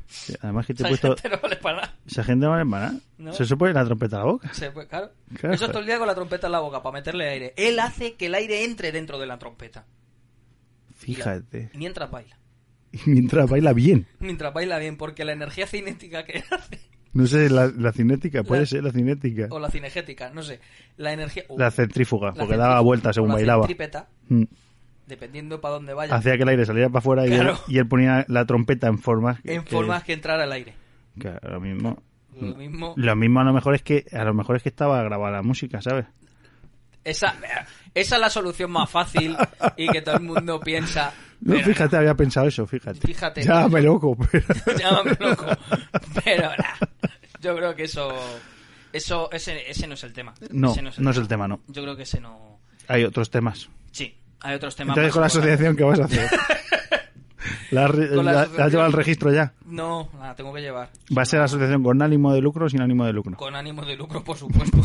Speaker 3: Sí, Además que te he
Speaker 2: Esa
Speaker 3: puesto...
Speaker 2: gente no vale para nada.
Speaker 3: Esa gente no vale para nada.
Speaker 2: No.
Speaker 3: Se supone la trompeta a la boca.
Speaker 2: Se fue, claro.
Speaker 3: Claro.
Speaker 2: Eso todo el día con la trompeta en la boca, para meterle aire. Él hace que el aire entre dentro de la trompeta.
Speaker 3: Fíjate.
Speaker 2: Y Mientras baila.
Speaker 3: Y mientras baila bien.
Speaker 2: Mientras baila bien, porque la energía cinética que [LAUGHS] hace,
Speaker 3: No sé, la, la cinética, puede
Speaker 2: La-
Speaker 3: ser la cinética.
Speaker 2: o la cinegética, no sé, la energía... uh,
Speaker 3: La centrífuga,
Speaker 2: la
Speaker 3: porque
Speaker 2: centri-
Speaker 3: daba vueltas
Speaker 2: o
Speaker 3: según
Speaker 2: la
Speaker 3: bailaba.
Speaker 2: centrípeta,
Speaker 3: Mm.
Speaker 2: dependiendo para dónde vaya,
Speaker 3: Hacía que el aire saliera para afuera y,
Speaker 2: Claro.
Speaker 3: él, y él ponía la trompeta en formas. que- Mm.
Speaker 2: en
Speaker 3: que-
Speaker 2: formas que entrar al aire.
Speaker 3: que lo mismo.
Speaker 2: Lo mismo...
Speaker 3: Lo mismo a lo mejor es que a lo mejor es que estaba grabada la música, ¿sabes?
Speaker 2: Esa, esa es la solución más fácil y que todo el mundo piensa...
Speaker 3: No,
Speaker 2: pero
Speaker 3: fíjate, había pensado eso, fíjate.
Speaker 2: Fíjate.
Speaker 3: Llámame loco. pero-
Speaker 2: [LAUGHS] no, llámame loco. Pero nah, yo creo que eso... eso ese, ese no es el tema.
Speaker 3: No,
Speaker 2: Ese no es el
Speaker 3: no es
Speaker 2: tema.
Speaker 3: el tema, no.
Speaker 2: Yo creo que ese no...
Speaker 3: Hay otros temas.
Speaker 2: Sí, hay otros temas...
Speaker 3: Entonces
Speaker 2: más
Speaker 3: con la
Speaker 2: importantes.
Speaker 3: asociación, ¿qué vas a hacer?
Speaker 2: [LAUGHS]
Speaker 3: ¿La, has re-
Speaker 2: Con la
Speaker 3: la- la
Speaker 2: asociación.
Speaker 3: has llevado al registro ya?
Speaker 2: No, la tengo que llevar.
Speaker 3: ¿Va a ser asociación con ánimo de lucro o sin ánimo de lucro?
Speaker 2: Con ánimo de lucro, por
Speaker 3: [LAUGHS]
Speaker 2: supuesto.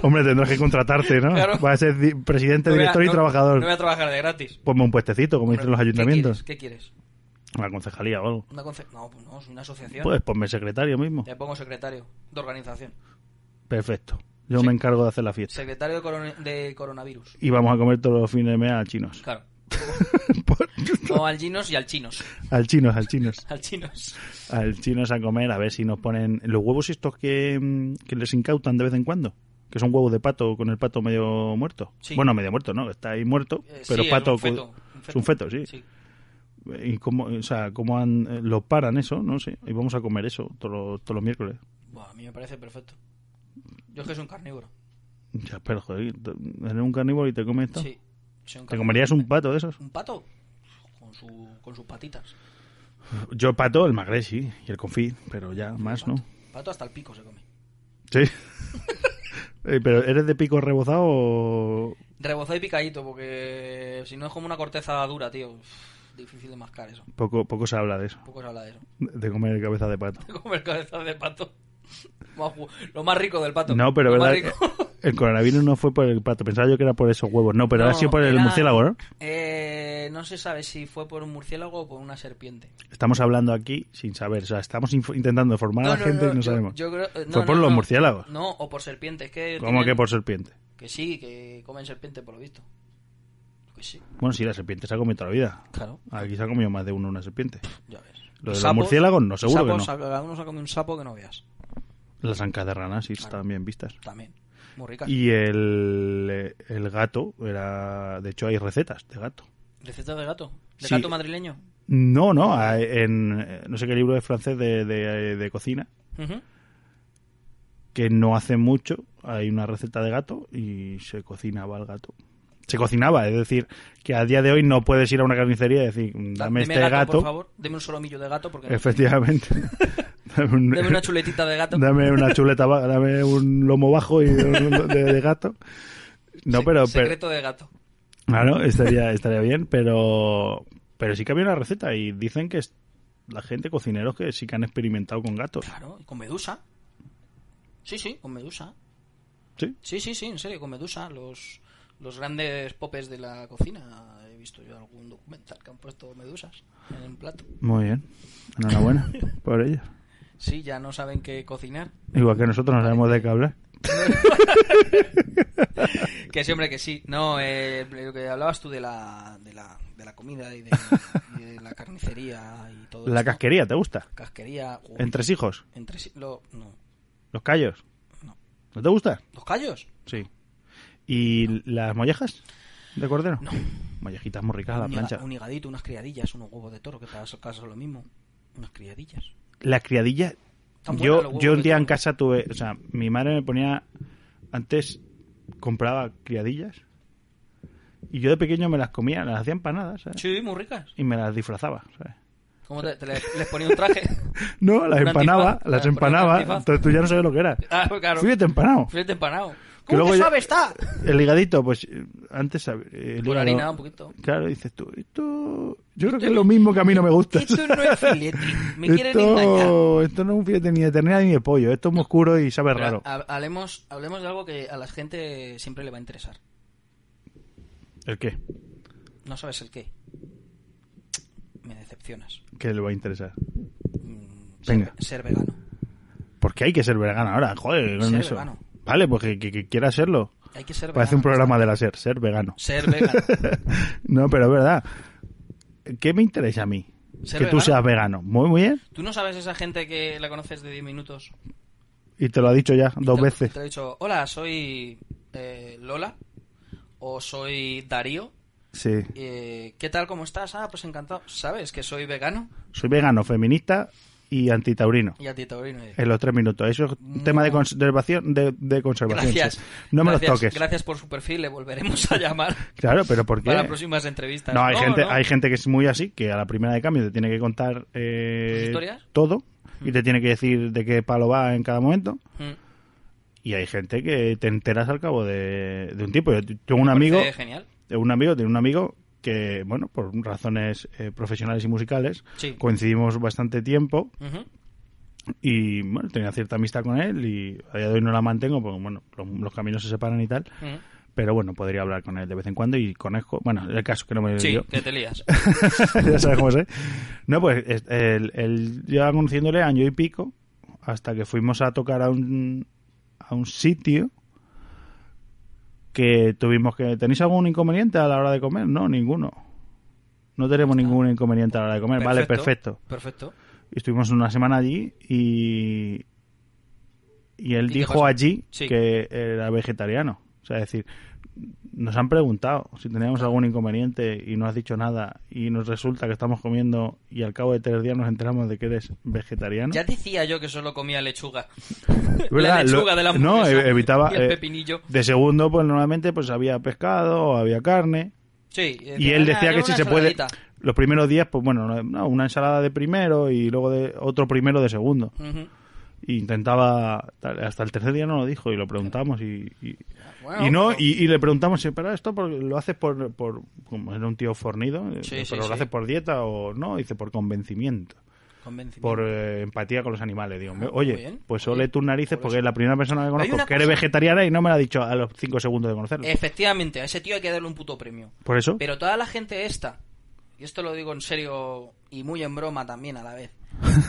Speaker 3: Hombre, tendrás que contratarte, ¿no?
Speaker 2: Claro.
Speaker 3: Va a ser di- presidente,
Speaker 2: No voy a-
Speaker 3: director y
Speaker 2: no-
Speaker 3: trabajador.
Speaker 2: No voy a trabajar de gratis.
Speaker 3: Ponme un puestecito, como dicen los
Speaker 2: Hombre, ¿qué
Speaker 3: ayuntamientos.
Speaker 2: quieres? ¿Qué quieres?
Speaker 3: Una concejalía o algo.
Speaker 2: Una conce- No, pues no, soy una asociación.
Speaker 3: Puedes ponme secretario mismo.
Speaker 2: Te pongo secretario de organización.
Speaker 3: Perfecto. Yo me encargo de hacer la fiesta.
Speaker 2: Secretario de, corona- de coronavirus.
Speaker 3: Y vamos a comer todos los fines de mes a chinos.
Speaker 2: Claro.
Speaker 3: [LAUGHS] Por-
Speaker 2: No al chinos y al chinos.
Speaker 3: al chinos, al chinos.
Speaker 2: Al chinos.
Speaker 3: Al chinos a comer, a ver si nos ponen los huevos estos que, mm, que les incautan de vez en cuando. Que son huevos de pato con el pato medio muerto.
Speaker 2: Sí.
Speaker 3: Bueno, medio muerto, ¿no? Está ahí muerto,
Speaker 2: Eh,
Speaker 3: pero
Speaker 2: sí,
Speaker 3: pato.
Speaker 2: un feto,
Speaker 3: cu-
Speaker 2: un
Speaker 3: Es un feto, sí.
Speaker 2: Sí.
Speaker 3: ¿Y cómo, o sea, cómo han- eh, lo paran eso? No sé. Y vamos a comer eso todos los, todos los miércoles.
Speaker 2: Buah, a mí me parece perfecto. Yo es que soy un carnívoro.
Speaker 3: Ya, pero joder, t- eres un carnívoro y te comes esto.
Speaker 2: Sí. soy un
Speaker 3: ¿Te
Speaker 2: carnívoro.
Speaker 3: comerías un pato de esos?
Speaker 2: ¿Un pato? Con, su, con sus patitas.
Speaker 3: Yo pato, el magre, sí, y el confit, pero ya más, ¿no?
Speaker 2: Pato hasta el pico se come.
Speaker 3: Sí. [LAUGHS] Eh, pero ¿eres de pico rebozado o...?
Speaker 2: Rebozado y picadito, porque si no es como una corteza dura, tío. Uf, difícil de mascar eso.
Speaker 3: Poco, poco se habla de eso,
Speaker 2: Poco se habla de [LAUGHS] eso.
Speaker 3: de comer cabeza de pato.
Speaker 2: Comer cabezas de pato. [LAUGHS] Más gu- Lo más rico del pato.
Speaker 3: No, pero
Speaker 2: Lo más
Speaker 3: verdad,
Speaker 2: rico.
Speaker 3: el coronavirus no fue por el pato, pensaba yo que era por esos huevos. No, pero
Speaker 2: No,
Speaker 3: ha sido por el
Speaker 2: era-
Speaker 3: murciélago, ¿no?
Speaker 2: [LAUGHS] Eh, no se sabe si fue por un murciélago o por una serpiente.
Speaker 3: Estamos hablando aquí sin saber, o sea, estamos inf- intentando formar a la gente y no
Speaker 2: yo-
Speaker 3: sabemos.
Speaker 2: yo creo- eh, no,
Speaker 3: Fue
Speaker 2: no,
Speaker 3: por los
Speaker 2: no.
Speaker 3: murciélagos.
Speaker 2: No, o por serpientes. Que
Speaker 3: ¿Cómo
Speaker 2: tienen-
Speaker 3: que por serpiente?
Speaker 2: Que sí, que comen serpiente por lo visto. Que sí,
Speaker 3: Bueno, sí, la serpiente se ha comido toda la vida.
Speaker 2: claro,
Speaker 3: Aquí se ha comido más de uno una serpiente.
Speaker 2: ya ves.
Speaker 3: Lo de los
Speaker 2: Sapos-
Speaker 3: murciélagos no, seguro que
Speaker 2: sapos,
Speaker 3: no.
Speaker 2: sa- Cada uno se ha comido un sapo que no veas.
Speaker 3: Las ancas de ranas sí
Speaker 2: Claro.
Speaker 3: estaban bien vistas.
Speaker 2: También. Muy rica.
Speaker 3: Y el, eh, el gato era... De hecho, hay recetas de gato.
Speaker 2: ¿Recetas de gato? ¿De
Speaker 3: Sí.
Speaker 2: gato madrileño?
Speaker 3: No, no, hay- en eh, no sé qué libro de francés de, de- de cocina,
Speaker 2: Ujú.
Speaker 3: que no hace mucho hay una receta de gato y se cocinaba el gato. se cocinaba. Es decir, que a día de hoy no puedes ir a una carnicería y decir, dame este gato.
Speaker 2: por favor. Deme un solomillo de gato. porque no- [LAUGHS]
Speaker 3: Efectivamente. dame, un-
Speaker 2: Deme
Speaker 3: [LAUGHS]
Speaker 2: una chuletita de gato.
Speaker 3: dame una chuleta, ba- dame un lomo bajo y un- de, de gato. No,
Speaker 2: Se-
Speaker 3: pero, pero
Speaker 2: Secreto de gato.
Speaker 3: claro, estaría, estaría bien, pero pero sí que había una receta y dicen que es- la gente cocineros que sí que han experimentado con gatos.
Speaker 2: Claro, y con medusa. Sí, sí, con medusa.
Speaker 3: Sí.
Speaker 2: Sí, sí, sí, en serio, con medusa. Los, los grandes popes de la cocina. He visto yo algún documental que han puesto medusas en el plato.
Speaker 3: Muy bien. Enhorabuena por ello.
Speaker 2: Sí, ya no saben qué cocinar.
Speaker 3: Igual que nosotros no sabemos de qué hablar.
Speaker 2: Que sí, hombre, que sí. No, eh, lo que hablabas tú de la, de la, de la comida y de, y de la carnicería y todo
Speaker 3: La
Speaker 2: esto.
Speaker 3: casquería, ¿te gusta?
Speaker 2: Casquería. uy,
Speaker 3: Entre hijos,
Speaker 2: entre sí- lo- no.
Speaker 3: los callos. ¿No te gusta?
Speaker 2: ¿Los callos?
Speaker 3: Sí. ¿Y las mollejas de cordero?
Speaker 2: No.
Speaker 3: Mollejitas muy ricas a la
Speaker 2: un, higa-
Speaker 3: plancha.
Speaker 2: un higadito, unas criadillas, unos huevos de toro, que para caso es lo mismo. Unas criadillas.
Speaker 3: La criadilla.
Speaker 2: Están buenas los
Speaker 3: Yo,
Speaker 2: huevos
Speaker 3: yo un
Speaker 2: de
Speaker 3: día en
Speaker 2: toro.
Speaker 3: casa tuve. O sea, mi madre me ponía. Antes compraba criadillas. Y yo de pequeño me las comía, las hacía empanadas, ¿sabes?
Speaker 2: Sí, muy ricas.
Speaker 3: Y me las disfrazaba, ¿sabes?
Speaker 2: ¿Cómo te, te le- les, ponía un traje?
Speaker 3: [LAUGHS] No, las
Speaker 2: Un
Speaker 3: empanaba,
Speaker 2: antifaz.
Speaker 3: las
Speaker 2: Ah, ponía
Speaker 3: empanaba.
Speaker 2: un antifaz.
Speaker 3: Entonces tú ya no sabes lo que era.
Speaker 2: Ah, claro.
Speaker 3: Filete empanado.
Speaker 2: Filete empanado.
Speaker 3: Que
Speaker 2: ¿Cómo
Speaker 3: luego
Speaker 2: que
Speaker 3: ya-
Speaker 2: suave está?
Speaker 3: El higadito, pues eh, antes. eh, el
Speaker 2: Con
Speaker 3: hígado-
Speaker 2: harina pues. un poquito.
Speaker 3: Claro, dices tú, esto. Yo creo que es lo mismo que a mí no
Speaker 2: [LAUGHS]
Speaker 3: me gusta.
Speaker 2: Esto no es filete. Me quieren engañar.
Speaker 3: esto, esto no es un filete ni de ternera ni de pollo. Esto es muy oscuro y sabe
Speaker 2: Pero
Speaker 3: raro.
Speaker 2: ha- hablemos, hablemos de algo que a la gente siempre le va a interesar.
Speaker 3: ¿El qué?
Speaker 2: No sabes el qué. Me decepcionas.
Speaker 3: ¿Qué le va a interesar?
Speaker 2: Mm,
Speaker 3: Venga.
Speaker 2: Ser, ser vegano.
Speaker 3: Porque hay que ser vegano ahora, joder, con
Speaker 2: Ser
Speaker 3: eso.
Speaker 2: vegano.
Speaker 3: Vale, pues que, que- que quiera serlo.
Speaker 2: Hay que ser vegano.
Speaker 3: Parece un programa de la SER, ser vegano. [LAUGHS]
Speaker 2: Ser vegano.
Speaker 3: no, pero es verdad. ¿Qué me interesa a mí?
Speaker 2: ¿Ser
Speaker 3: que tú
Speaker 2: vegano?
Speaker 3: seas vegano. Muy, muy bien.
Speaker 2: ¿Tú no sabes esa gente que la conoces de 10 minutos?
Speaker 3: Y te lo ha dicho ya dos
Speaker 2: Te-
Speaker 3: veces.
Speaker 2: Te he dicho, hola, soy eh, Lola. O soy Darío.
Speaker 3: Sí.
Speaker 2: Eh, ¿Qué tal? ¿Cómo estás? Ah, pues encantado. ¿Sabes que soy vegano?
Speaker 3: Soy vegano, feminista y antitaurino.
Speaker 2: Y a ti, Taurino. eh,
Speaker 3: En los tres minutos. Eso es tema de conservación. De, de conservación
Speaker 2: Gracias.
Speaker 3: sí. No me
Speaker 2: Gracias.
Speaker 3: los toques.
Speaker 2: Gracias por su perfil. Le volveremos a
Speaker 3: [LAUGHS]
Speaker 2: llamar
Speaker 3: Claro, pero ¿por qué?
Speaker 2: para próximas entrevistas.
Speaker 3: No, hay, gente,
Speaker 2: no.
Speaker 3: hay gente que es muy así, que a la primera de cambio te tiene que contar eh,
Speaker 2: ¿Sus historias?
Speaker 3: todo y te tiene que decir de qué palo va en cada momento.
Speaker 2: Mm.
Speaker 3: Y hay gente que te enteras al cabo de, de un tiempo. Yo tengo un
Speaker 2: Parece
Speaker 3: amigo, eh,
Speaker 2: genial.
Speaker 3: un amigo, tiene un amigo que, bueno, por razones eh, profesionales y musicales,
Speaker 2: Sí.
Speaker 3: coincidimos bastante tiempo
Speaker 2: Ujú.
Speaker 3: y, bueno, tenía cierta amistad con él y a día de hoy no la mantengo porque, bueno, los, los caminos se separan y tal.
Speaker 2: Ujú.
Speaker 3: Pero bueno, podría hablar con él de vez en cuando y conozco, bueno, el caso que no me
Speaker 2: Sí,
Speaker 3: lío.
Speaker 2: que te
Speaker 3: [LAUGHS]
Speaker 2: lías.
Speaker 3: ya sabes cómo es. ¿eh? No, pues es- él, él lleva conociéndole año y pico hasta que fuimos a tocar a un, a un sitio que tuvimos que... ¿Tenéis algún inconveniente a la hora de comer? No, ninguno. No tenemos ningún inconveniente a la hora de comer. Vale, perfecto.
Speaker 2: Perfecto.
Speaker 3: Y Estuvimos una semana allí y... Y él
Speaker 2: qué
Speaker 3: dijo
Speaker 2: cosa?
Speaker 3: allí
Speaker 2: Sí.
Speaker 3: que era vegetariano. O sea, es decir, nos han preguntado si teníamos algún inconveniente y no has dicho nada y nos resulta que estamos comiendo y al cabo de tres días nos enteramos de que eres vegetariano.
Speaker 2: Ya decía yo que solo comía lechuga.
Speaker 3: Es verdad,
Speaker 2: [LAUGHS] la lechuga
Speaker 3: lo-
Speaker 2: de la
Speaker 3: No,
Speaker 2: hamburguesa
Speaker 3: e- evitaba...
Speaker 2: Y el
Speaker 3: eh,
Speaker 2: pepinillo.
Speaker 3: de segundo, pues normalmente pues había pescado o había carne.
Speaker 2: Sí. eh,
Speaker 3: Y él decía que si se puede... Los primeros días, pues bueno, no- no, una ensalada de primero y luego de otro primero de segundo. E intentaba tal, hasta el tercer día no lo dijo y lo preguntamos y, y,
Speaker 2: Bueno,
Speaker 3: y no
Speaker 2: pero-
Speaker 3: y, y le preguntamos si para esto por- lo haces por, por como era un tío fornido eh,
Speaker 2: Sí,
Speaker 3: pero
Speaker 2: sí,
Speaker 3: lo
Speaker 2: sí.
Speaker 3: haces por dieta o no dice por convencimiento por eh, empatía con los animales digo
Speaker 2: Ah,
Speaker 3: oye
Speaker 2: muy bien,
Speaker 3: pues
Speaker 2: muy
Speaker 3: ole
Speaker 2: bien.
Speaker 3: tus narices
Speaker 2: Por
Speaker 3: porque
Speaker 2: eso.
Speaker 3: es la primera persona que
Speaker 2: hay
Speaker 3: conozco
Speaker 2: una
Speaker 3: que eres
Speaker 2: cosa-
Speaker 3: vegetariana y no me la ha dicho a los cinco segundos de conocerlo
Speaker 2: Efectivamente, a ese tío hay que darle un puto premio.
Speaker 3: por eso
Speaker 2: Pero toda la gente esta, y esto lo digo en serio y muy en broma también a la vez,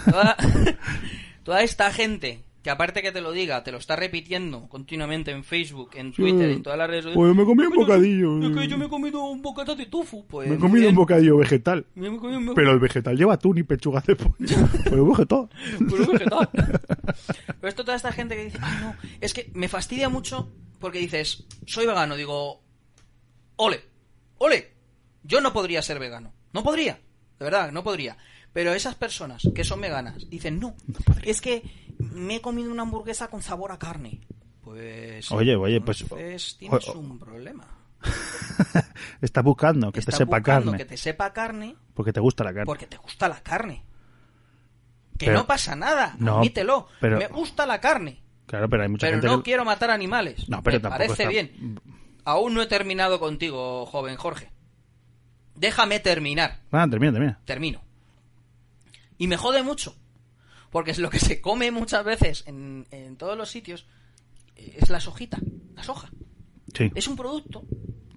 Speaker 2: toda, [LAUGHS] toda esta gente que aparte que te lo diga, te lo está repitiendo continuamente en Facebook, en Twitter, en todas las redes sociales.
Speaker 3: Pues me comí un
Speaker 2: "Bueno,
Speaker 3: bocadillo". eh.
Speaker 2: Es que yo me he comido un bocata de tofu. Pues,
Speaker 3: me he
Speaker 2: muy
Speaker 3: comido
Speaker 2: bien.
Speaker 3: un bocadillo vegetal
Speaker 2: Yo me he comido un
Speaker 3: pero el vegetal lleva atún y pechuga de [LAUGHS] pollo pero vegetal
Speaker 2: [LAUGHS] Pues un vegetal. Pero esto toda esta gente que dice, "Ay, no, es que me fastidia mucho porque dices, soy vegano, digo, ole, ole, yo no podría ser vegano, no podría, de verdad, no podría. Pero esas personas que son veganas dicen, no, es que me he comido una hamburguesa con sabor a carne. Pues...
Speaker 3: Oye, oye, pues-
Speaker 2: entonces tienes
Speaker 3: o-
Speaker 2: un problema.
Speaker 3: estás buscando que
Speaker 2: Estás
Speaker 3: te sepa
Speaker 2: buscando
Speaker 3: carne.
Speaker 2: Que te sepa carne
Speaker 3: Porque te gusta la carne.
Speaker 2: porque te gusta la carne. Que
Speaker 3: Pero-
Speaker 2: no pasa nada,
Speaker 3: No,
Speaker 2: admítelo.
Speaker 3: pero-
Speaker 2: Me gusta la carne,
Speaker 3: Claro, pero hay mucha
Speaker 2: pero
Speaker 3: gente
Speaker 2: no
Speaker 3: que...
Speaker 2: quiero matar animales.
Speaker 3: No, pero
Speaker 2: Me
Speaker 3: tampoco
Speaker 2: parece
Speaker 3: está-
Speaker 2: bien. Aún no he terminado contigo, joven Jorge. Déjame terminar.
Speaker 3: Ah, termina, termina.
Speaker 2: termino. Y me jode mucho. Porque es lo que se come muchas veces en, en todos los sitios. eh, Es la sojita, la soja.
Speaker 3: Sí.
Speaker 2: Es un producto,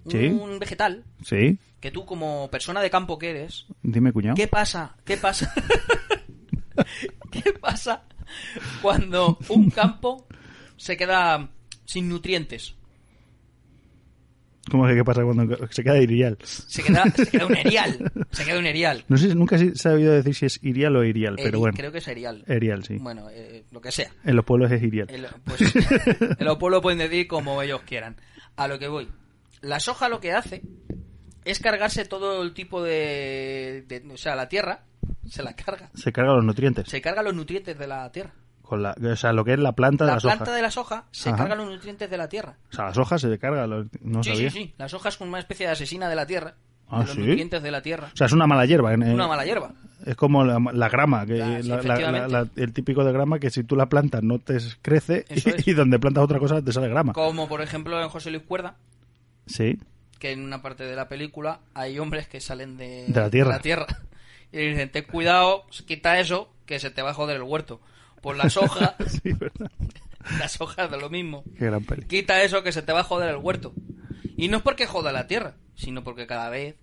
Speaker 2: un
Speaker 3: Sí.
Speaker 2: vegetal,
Speaker 3: Sí.
Speaker 2: que tú como persona de campo que eres,
Speaker 3: Dime, cuñado.
Speaker 2: ¿qué pasa? ¿Qué pasa? [LAUGHS] ¿Qué pasa cuando un campo se queda sin nutrientes?
Speaker 3: ¿Cómo que qué pasa cuando se queda irial?
Speaker 2: Se queda, se queda un erial. Se queda un erial.
Speaker 3: No sé, nunca he sabido decir si es irial o irial,
Speaker 2: Eri-
Speaker 3: pero bueno.
Speaker 2: Eh, Creo que es erial.
Speaker 3: Irial, sí.
Speaker 2: Bueno, eh, lo que sea.
Speaker 3: En los pueblos es irial.
Speaker 2: El- pues, [LAUGHS] en los pueblos pueden decir como ellos quieran. A lo que voy. La soja lo que hace es cargarse todo el tipo de, de- O sea, la tierra se la carga.
Speaker 3: Se carga los nutrientes.
Speaker 2: Se carga los nutrientes de la tierra.
Speaker 3: Con la, o sea, lo que es la planta de
Speaker 2: La
Speaker 3: la
Speaker 2: planta
Speaker 3: soja.
Speaker 2: de la soja se
Speaker 3: Ajá.
Speaker 2: carga los nutrientes de la tierra.
Speaker 3: O sea, la soja se carga, lo- no
Speaker 2: sí,
Speaker 3: sabía.
Speaker 2: sí, sí. La soja es una especie de asesina de la tierra.
Speaker 3: Ah,
Speaker 2: de los
Speaker 3: ¿sí? Eh,
Speaker 2: nutrientes de la tierra.
Speaker 3: O sea, es una mala hierba. en-
Speaker 2: Una mala hierba.
Speaker 3: Es como la, la grama, que
Speaker 2: Ah, sí,
Speaker 3: la- la- la-
Speaker 2: efectivamente.
Speaker 3: la- el típico de grama que si tú la plantas no te crece
Speaker 2: Eso es.
Speaker 3: y, donde plantas otra cosa te sale grama.
Speaker 2: Como por ejemplo en José Luis Cuerda,
Speaker 3: Sí, [LAUGHS]
Speaker 2: que en una parte de la película hay hombres que salen de,
Speaker 3: De la tierra.
Speaker 2: [LAUGHS] Y le dicen, ten cuidado, quita eso, que se te va a joder el huerto. Por las
Speaker 3: [LAUGHS]
Speaker 2: hojas,
Speaker 3: sí, verdad.
Speaker 2: las hojas de lo mismo.
Speaker 3: Qué gran peli.
Speaker 2: Quita eso, que se te va a joder el huerto. Y no es porque joda la tierra, sino porque cada vez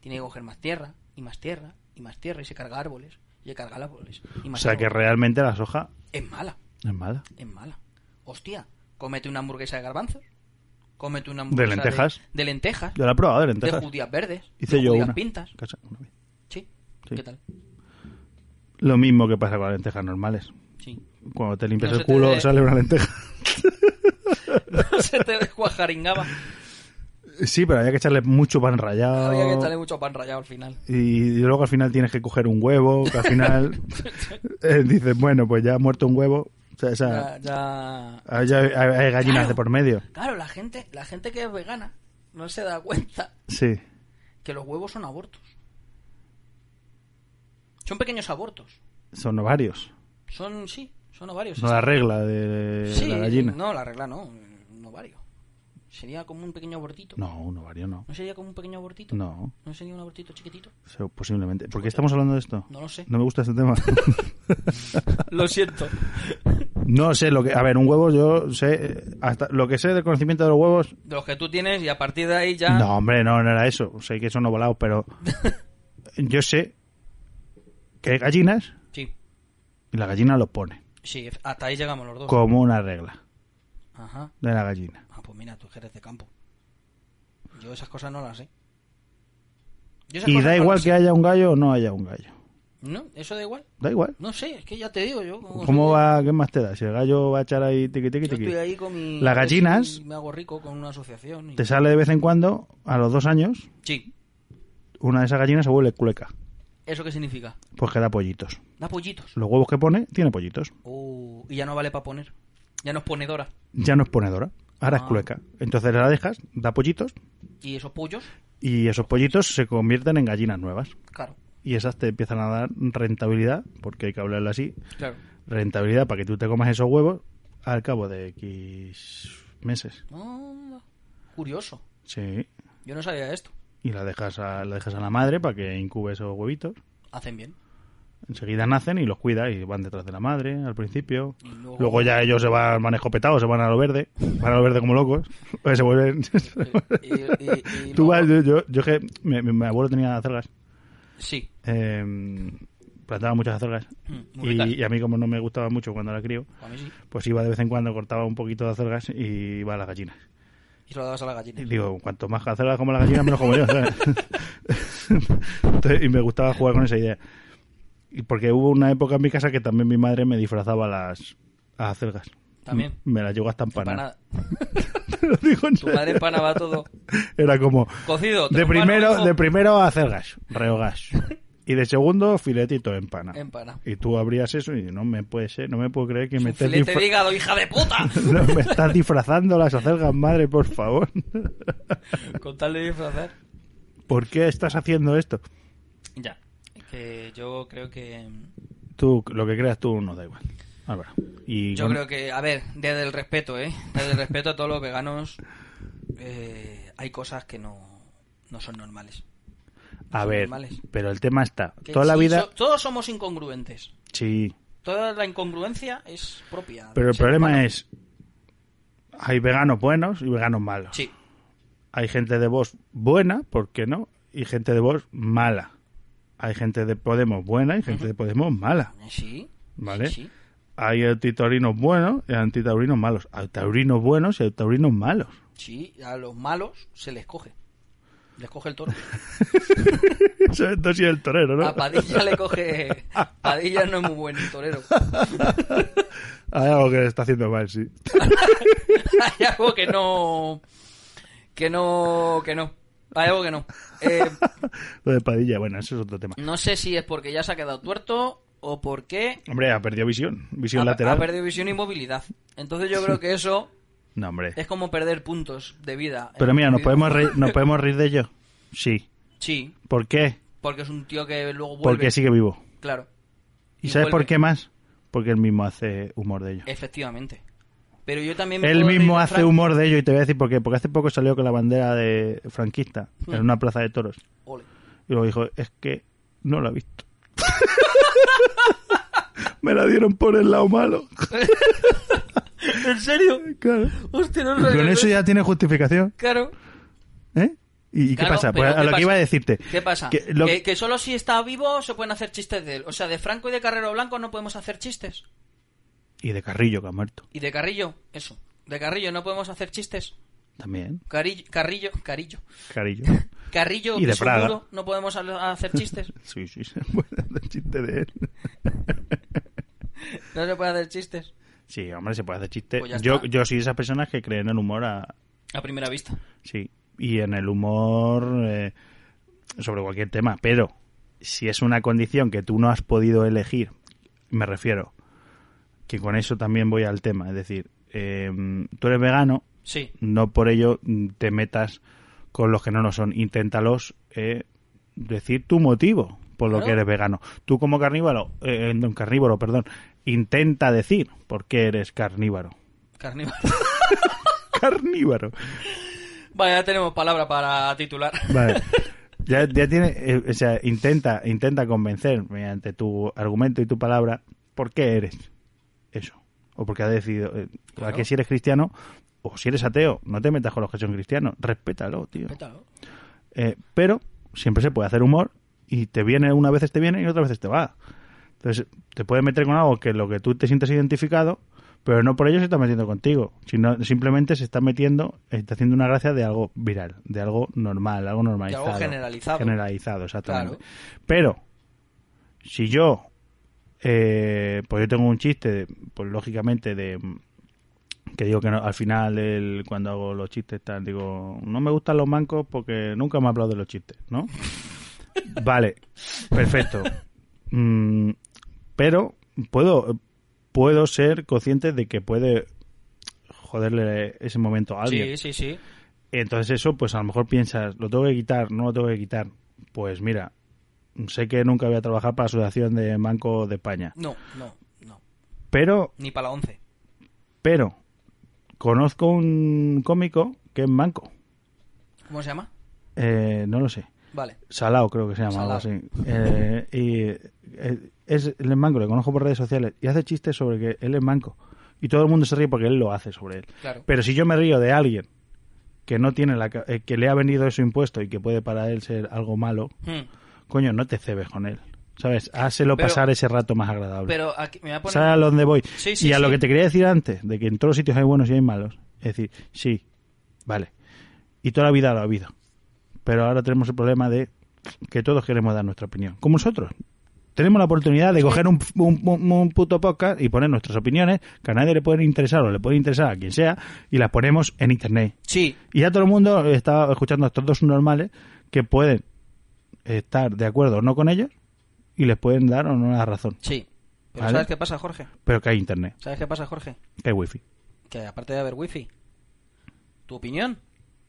Speaker 2: tiene que coger más tierra, y más tierra, y más tierra, y se carga árboles, y se carga árboles. Y
Speaker 3: O
Speaker 2: más
Speaker 3: sea, que
Speaker 2: árboles.
Speaker 3: realmente la soja
Speaker 2: Es mala,
Speaker 3: es mala.
Speaker 2: es mala. Hostia, cómete una hamburguesa de garbanzos. Cómete una hamburguesa
Speaker 3: lentejas.
Speaker 2: de lentejas.
Speaker 3: Yo la he probado de
Speaker 2: de
Speaker 3: lentejas.
Speaker 2: judías verdes,
Speaker 3: Hice
Speaker 2: de
Speaker 3: yo
Speaker 2: judías
Speaker 3: una.
Speaker 2: pintas.
Speaker 3: Casa- una vez.
Speaker 2: Sí.
Speaker 3: Sí.
Speaker 2: ¿Qué tal?
Speaker 3: Lo mismo que pasa con las lentejas normales.
Speaker 2: Sí. [LAUGHS]
Speaker 3: Cuando te limpias
Speaker 2: No
Speaker 3: el
Speaker 2: se te
Speaker 3: culo
Speaker 2: ve.
Speaker 3: sale una lenteja.
Speaker 2: Se te descuajaringaba.
Speaker 3: Sí, pero había que echarle mucho pan rallado.
Speaker 2: Había que echarle mucho pan rallado al final.
Speaker 3: Y luego al final tienes que coger un huevo, que al final
Speaker 2: [LAUGHS]
Speaker 3: eh, dices, bueno, pues ya ha muerto un huevo. O sea, esa-
Speaker 2: Ya, ya-
Speaker 3: ah, ya hay, hay gallinas
Speaker 2: Claro.
Speaker 3: de por medio.
Speaker 2: Claro, la gente, la gente que es vegana no se da cuenta
Speaker 3: Sí.
Speaker 2: que los huevos son abortos. Son pequeños abortos.
Speaker 3: Son ovarios.
Speaker 2: Son, sí, son ovarios.
Speaker 3: No la regla de
Speaker 2: Sí,
Speaker 3: la gallina.
Speaker 2: No, la regla no. Un ovario. Sería como un pequeño abortito.
Speaker 3: No, un ovario no.
Speaker 2: ¿No sería como un pequeño abortito?
Speaker 3: No,
Speaker 2: ¿No sería un abortito chiquitito?
Speaker 3: so- posiblemente. ¿Por qué estamos hablando de esto?
Speaker 2: No lo sé.
Speaker 3: [LAUGHS] No me gusta este
Speaker 2: [LAUGHS]
Speaker 3: tema.
Speaker 2: Lo siento.
Speaker 3: no sé lo que... A ver, un huevo yo sé... eh, Hasta lo que sé del conocimiento de los huevos...
Speaker 2: De los que tú tienes y a partir de ahí ya...
Speaker 3: No, hombre, no, no era eso. Sé que son
Speaker 2: [LAUGHS]
Speaker 3: ovalados, pero... yo sé que hay gallinas
Speaker 2: Sí.
Speaker 3: y la gallina los pone.
Speaker 2: Sí, hasta ahí llegamos los dos.
Speaker 3: Como una regla
Speaker 2: Ajá.
Speaker 3: de la gallina.
Speaker 2: Ah, pues mira, tú que eres de campo. Yo esas cosas no las sé. Yo esas
Speaker 3: Y
Speaker 2: cosas
Speaker 3: da
Speaker 2: no
Speaker 3: igual
Speaker 2: las
Speaker 3: que
Speaker 2: sé.
Speaker 3: haya un gallo o no haya un gallo.
Speaker 2: No, eso da igual.
Speaker 3: Da igual.
Speaker 2: No sé, es que ya te digo yo. como
Speaker 3: ¿Cómo
Speaker 2: soy-
Speaker 3: va? ¿Qué más te da? Si el gallo va a echar ahí tiqui tiqui
Speaker 2: Yo
Speaker 3: tiqui.
Speaker 2: estoy ahí con mi...
Speaker 3: Las gallinas-
Speaker 2: Me hago rico con una asociación. y-
Speaker 3: Te sale de vez en cuando, a los dos años,
Speaker 2: Sí.
Speaker 3: una de esas gallinas se vuelve culeca.
Speaker 2: ¿Eso qué significa?
Speaker 3: Pues que da pollitos.
Speaker 2: Da pollitos.
Speaker 3: Los huevos que pone, tiene pollitos.
Speaker 2: Uh, y ya no vale para poner. Ya no es ponedora.
Speaker 3: Ya no es ponedora. Ahora
Speaker 2: Ah.
Speaker 3: es culeca. Entonces la dejas, da pollitos.
Speaker 2: ¿Y esos pollos?
Speaker 3: Y esos pollitos se convierten en gallinas nuevas.
Speaker 2: Claro.
Speaker 3: Y esas te empiezan a dar rentabilidad, porque hay que hablarlo así.
Speaker 2: Claro.
Speaker 3: Rentabilidad para que tú te comas esos huevos al cabo de X meses.
Speaker 2: Anda. Curioso.
Speaker 3: Sí.
Speaker 2: Yo no sabía esto.
Speaker 3: Y la dejas a, la dejas a la madre para que incube esos huevitos.
Speaker 2: Hacen bien.
Speaker 3: Enseguida nacen y los cuida y van detrás de la madre al principio.
Speaker 2: Y luego-
Speaker 3: luego... ya ellos se van, van escopetados, se van a lo verde. Van a lo verde como locos. [LAUGHS] Pues se vuelven...
Speaker 2: [LAUGHS] Y- y- y- y
Speaker 3: [LAUGHS]
Speaker 2: luego-
Speaker 3: Tú vas, yo, yo, yo que mi, mi- mi abuelo tenía acelgas.
Speaker 2: Sí.
Speaker 3: eh, plantaba muchas acelgas.
Speaker 2: Mm, muy ricas.
Speaker 3: Y, y a mí como no me gustaba mucho cuando era crío,
Speaker 2: A mí sí.
Speaker 3: pues iba de vez en cuando, cortaba un poquito de acelgas y iba a las gallinas.
Speaker 2: Y se lo dabas a la
Speaker 3: Y
Speaker 2: gallina.
Speaker 3: digo, cuanto más acelgas como las gallinas, menos como yo. ¿sabes? [LAUGHS] Entonces, y me gustaba jugar con esa idea. Y porque hubo una época en mi casa que también mi madre me disfrazaba las a acelgas.
Speaker 2: También.
Speaker 3: Me las llegó hasta empanar.
Speaker 2: Empanada.
Speaker 3: Te [LAUGHS] lo digo en
Speaker 2: Tu
Speaker 3: serio.
Speaker 2: madre
Speaker 3: [LAUGHS]
Speaker 2: empanaba todo.
Speaker 3: Era como,
Speaker 2: Cocido. te
Speaker 3: de
Speaker 2: lo empano,
Speaker 3: primero,
Speaker 2: hijo. [LAUGHS]
Speaker 3: de primero acelgas, rehogas. Y de segundo, filetito de empana.
Speaker 2: Empana.
Speaker 3: Y tú abrías eso y no me puede ser, no me puedo creer que me
Speaker 2: Un
Speaker 3: estés
Speaker 2: filete
Speaker 3: disfra-
Speaker 2: de hígado, hija de
Speaker 3: [LAUGHS]
Speaker 2: puta.
Speaker 3: no, me estás disfrazando las acelgas, madre, por favor. [LAUGHS]
Speaker 2: Con tal de disfrazar.
Speaker 3: ¿Por qué estás haciendo esto?
Speaker 2: Ya. Es Que yo creo que.
Speaker 3: Tú, lo que creas tú, no da igual. Álvaro. Y
Speaker 2: Yo
Speaker 3: con-
Speaker 2: creo que, a ver, desde el respeto, ¿eh? Desde el respeto a todos los veganos, eh, hay cosas que no, no son normales.
Speaker 3: A
Speaker 2: son
Speaker 3: ver,
Speaker 2: normales.
Speaker 3: pero el tema está.
Speaker 2: Que
Speaker 3: Toda la
Speaker 2: sí,
Speaker 3: vida.
Speaker 2: so- todos somos incongruentes.
Speaker 3: Sí.
Speaker 2: Toda la incongruencia es propia. del
Speaker 3: Pero el
Speaker 2: ser humano.
Speaker 3: problema es. Hay veganos buenos y veganos malos.
Speaker 2: Sí,
Speaker 3: Hay gente de voz buena, ¿por qué no? Y gente de voz mala. Hay gente de Podemos buena y gente de Podemos mala.
Speaker 2: eh, sí.
Speaker 3: Vale.
Speaker 2: Sí, sí.
Speaker 3: Hay antitaurinos buenos y antitaurinos malos. Hay taurinos buenos y hay taurinos malos. [LAUGHS]
Speaker 2: Sí, a los malos se les coge. Les coge el
Speaker 3: [LAUGHS]
Speaker 2: toro.
Speaker 3: Eso es Dosi del torero, ¿no?
Speaker 2: A Padilla le
Speaker 3: [LAUGHS]
Speaker 2: coge. Padilla no es muy buen torero. [LAUGHS]
Speaker 3: Hay algo que le está haciendo mal, sí.
Speaker 2: Hay algo que no. Que no. Que no. Hay algo que no. Eh,
Speaker 3: Lo de Padilla, bueno, eso es otro tema.
Speaker 2: no sé si es porque ya se ha quedado tuerto o porque
Speaker 3: Hombre, ha perdido visión. Visión
Speaker 2: ha,
Speaker 3: lateral.
Speaker 2: ha perdido visión y movilidad. Entonces yo creo que eso
Speaker 3: No, hombre.
Speaker 2: es como perder puntos de vida.
Speaker 3: Pero mira, nos
Speaker 2: Eh,
Speaker 3: podemos, reír, nos podemos reír de ello. Sí.
Speaker 2: Sí,
Speaker 3: ¿Por qué?
Speaker 2: porque es un tío que luego vuelve.
Speaker 3: Porque sigue vivo.
Speaker 2: Claro,
Speaker 3: ¿Y,
Speaker 2: Y
Speaker 3: sabes
Speaker 2: vuelve.
Speaker 3: por qué más? Porque él mismo hace humor de ello.
Speaker 2: efectivamente. Pero yo también me
Speaker 3: Él
Speaker 2: puedo
Speaker 3: mismo
Speaker 2: reír,
Speaker 3: hace
Speaker 2: Frank.
Speaker 3: humor de ello y te voy a decir por qué. Porque hace poco salió con la bandera de franquista en
Speaker 2: Hmm.
Speaker 3: una plaza de toros.
Speaker 2: Ole.
Speaker 3: Y luego dijo, es que no lo ha visto. [LAUGHS] Me la dieron por el lado malo. [LAUGHS]
Speaker 2: ¿En serio?
Speaker 3: Claro.
Speaker 2: Hostia, no lo
Speaker 3: Con
Speaker 2: sabía.
Speaker 3: eso ya tiene justificación.
Speaker 2: Claro.
Speaker 3: ¿Eh? ¿Y, y
Speaker 2: Claro,
Speaker 3: qué pasa?
Speaker 2: pero
Speaker 3: Pues a
Speaker 2: ¿qué
Speaker 3: lo
Speaker 2: pasa?
Speaker 3: que iba a decirte.
Speaker 2: ¿Qué pasa?
Speaker 3: Que
Speaker 2: Que,
Speaker 3: lo-
Speaker 2: que solo si está vivo se pueden hacer chistes de él. O sea, de Franco y de Carrero Blanco no podemos hacer chistes.
Speaker 3: Y de Carrillo, que ha muerto.
Speaker 2: Y de Carrillo, eso. De Carrillo no podemos hacer chistes.
Speaker 3: También.
Speaker 2: Carrillo, Carrillo, Carrillo. [LAUGHS]
Speaker 3: Carrillo.
Speaker 2: Carrillo
Speaker 3: Y de
Speaker 2: es un
Speaker 3: Praga.
Speaker 2: duro, no podemos ha- hacer chistes.
Speaker 3: Sí, sí, se puede hacer chiste de él.
Speaker 2: No se puede hacer chistes.
Speaker 3: Sí, hombre, se puede hacer chiste.
Speaker 2: Pues ya
Speaker 3: yo,
Speaker 2: está.
Speaker 3: yo soy de esas personas que creen en el humor a...
Speaker 2: A primera vista.
Speaker 3: Sí, y en el humor eh, sobre cualquier tema. Pero si es una condición que tú no has podido elegir, me refiero, que con eso también voy al tema. Es decir, eh, tú eres vegano,
Speaker 2: Sí.
Speaker 3: no por ello mm, te metas con los que no lo son. Inténtalos eh, decir tu motivo por lo
Speaker 2: Claro.
Speaker 3: que eres vegano. Tú como carnívoro, eh, no, carnívoro, perdón, intenta decir por qué eres carnívoro.
Speaker 2: Carnívoro.
Speaker 3: Carnívoro.
Speaker 2: Vale, ya tenemos palabra para titular.
Speaker 3: Vale. Ya, ya tiene, eh, o sea, intenta, intenta convencer mediante tu argumento y tu palabra por qué eres eso. O porque has decidido, eh,
Speaker 2: Claro.
Speaker 3: a que si eres cristiano o si eres ateo, no te metas con los que son cristianos, respétalo, tío.
Speaker 2: Pétalo.
Speaker 3: Eh, pero siempre se puede hacer humor y te viene, una vez te viene y otra vez te va. Entonces, te puedes meter con algo que lo que tú te sientes identificado, pero no por ello se está metiendo contigo, sino simplemente se está metiendo, está haciendo una gracia de algo viral, de algo normal, algo normalizado.
Speaker 2: generalizado.
Speaker 3: Generalizado, exactamente.
Speaker 2: Claro.
Speaker 3: Pero, si yo, eh, pues yo tengo un chiste, pues lógicamente de que digo que no- al final el, cuando hago los chistes tal, digo, no me gustan los mancos porque nunca me hablado de los chistes, ¿no? vale, perfecto. Mm, pero puedo puedo ser consciente de que puede joderle ese momento a alguien.
Speaker 2: Sí, sí, sí.
Speaker 3: Entonces eso, pues a lo mejor piensas, lo tengo que quitar, no lo tengo que quitar. Pues mira, sé que nunca voy a trabajar para la Asociación de Manco de España,
Speaker 2: No, no, no.
Speaker 3: pero
Speaker 2: Ni para la once.
Speaker 3: pero conozco un cómico que es manco.
Speaker 2: ¿Cómo se llama?
Speaker 3: Eh, no lo sé.
Speaker 2: Vale.
Speaker 3: Salao creo que se llama, algo así.
Speaker 2: Salao.
Speaker 3: Eh, y eh, es, él es manco, le conozco por redes sociales. Y hace chistes sobre que él es manco. Y todo el mundo se ríe porque él lo hace sobre él.
Speaker 2: Claro.
Speaker 3: Pero si yo me río de alguien que no tiene la ca- eh, que le ha venido eso impuesto y que puede para él ser algo malo,
Speaker 2: Hmm.
Speaker 3: coño, no te cebes con él. ¿Sabes? Hácelo
Speaker 2: Pero-
Speaker 3: pasar ese rato más agradable.
Speaker 2: Pero aquí me voy a poner.
Speaker 3: ¿Sabes a dónde voy?
Speaker 2: Sí, sí,
Speaker 3: y a lo
Speaker 2: sí.
Speaker 3: que te quería decir antes, de que en todos los sitios hay buenos y hay malos. Es decir, sí, vale. Y toda la vida lo ha habido. Pero ahora tenemos el problema de que todos queremos dar nuestra opinión. Como nosotros. Tenemos la oportunidad de coger un, un- un- un puto podcast y poner nuestras opiniones, que a nadie le pueden interesar o le puede interesar a quien sea, y las ponemos en internet.
Speaker 2: Sí,
Speaker 3: Y ya todo el mundo está escuchando a estos dos normales que pueden estar de acuerdo o no con ellos,
Speaker 4: y les pueden dar o no la razón.
Speaker 2: Sí. Pero
Speaker 4: Vale.
Speaker 2: ¿sabes qué pasa, Jorge?
Speaker 4: Pero que hay internet,
Speaker 2: ¿Sabes qué pasa, Jorge?
Speaker 4: que hay wifi.
Speaker 2: Que aparte de haber wifi, ¿tu opinión?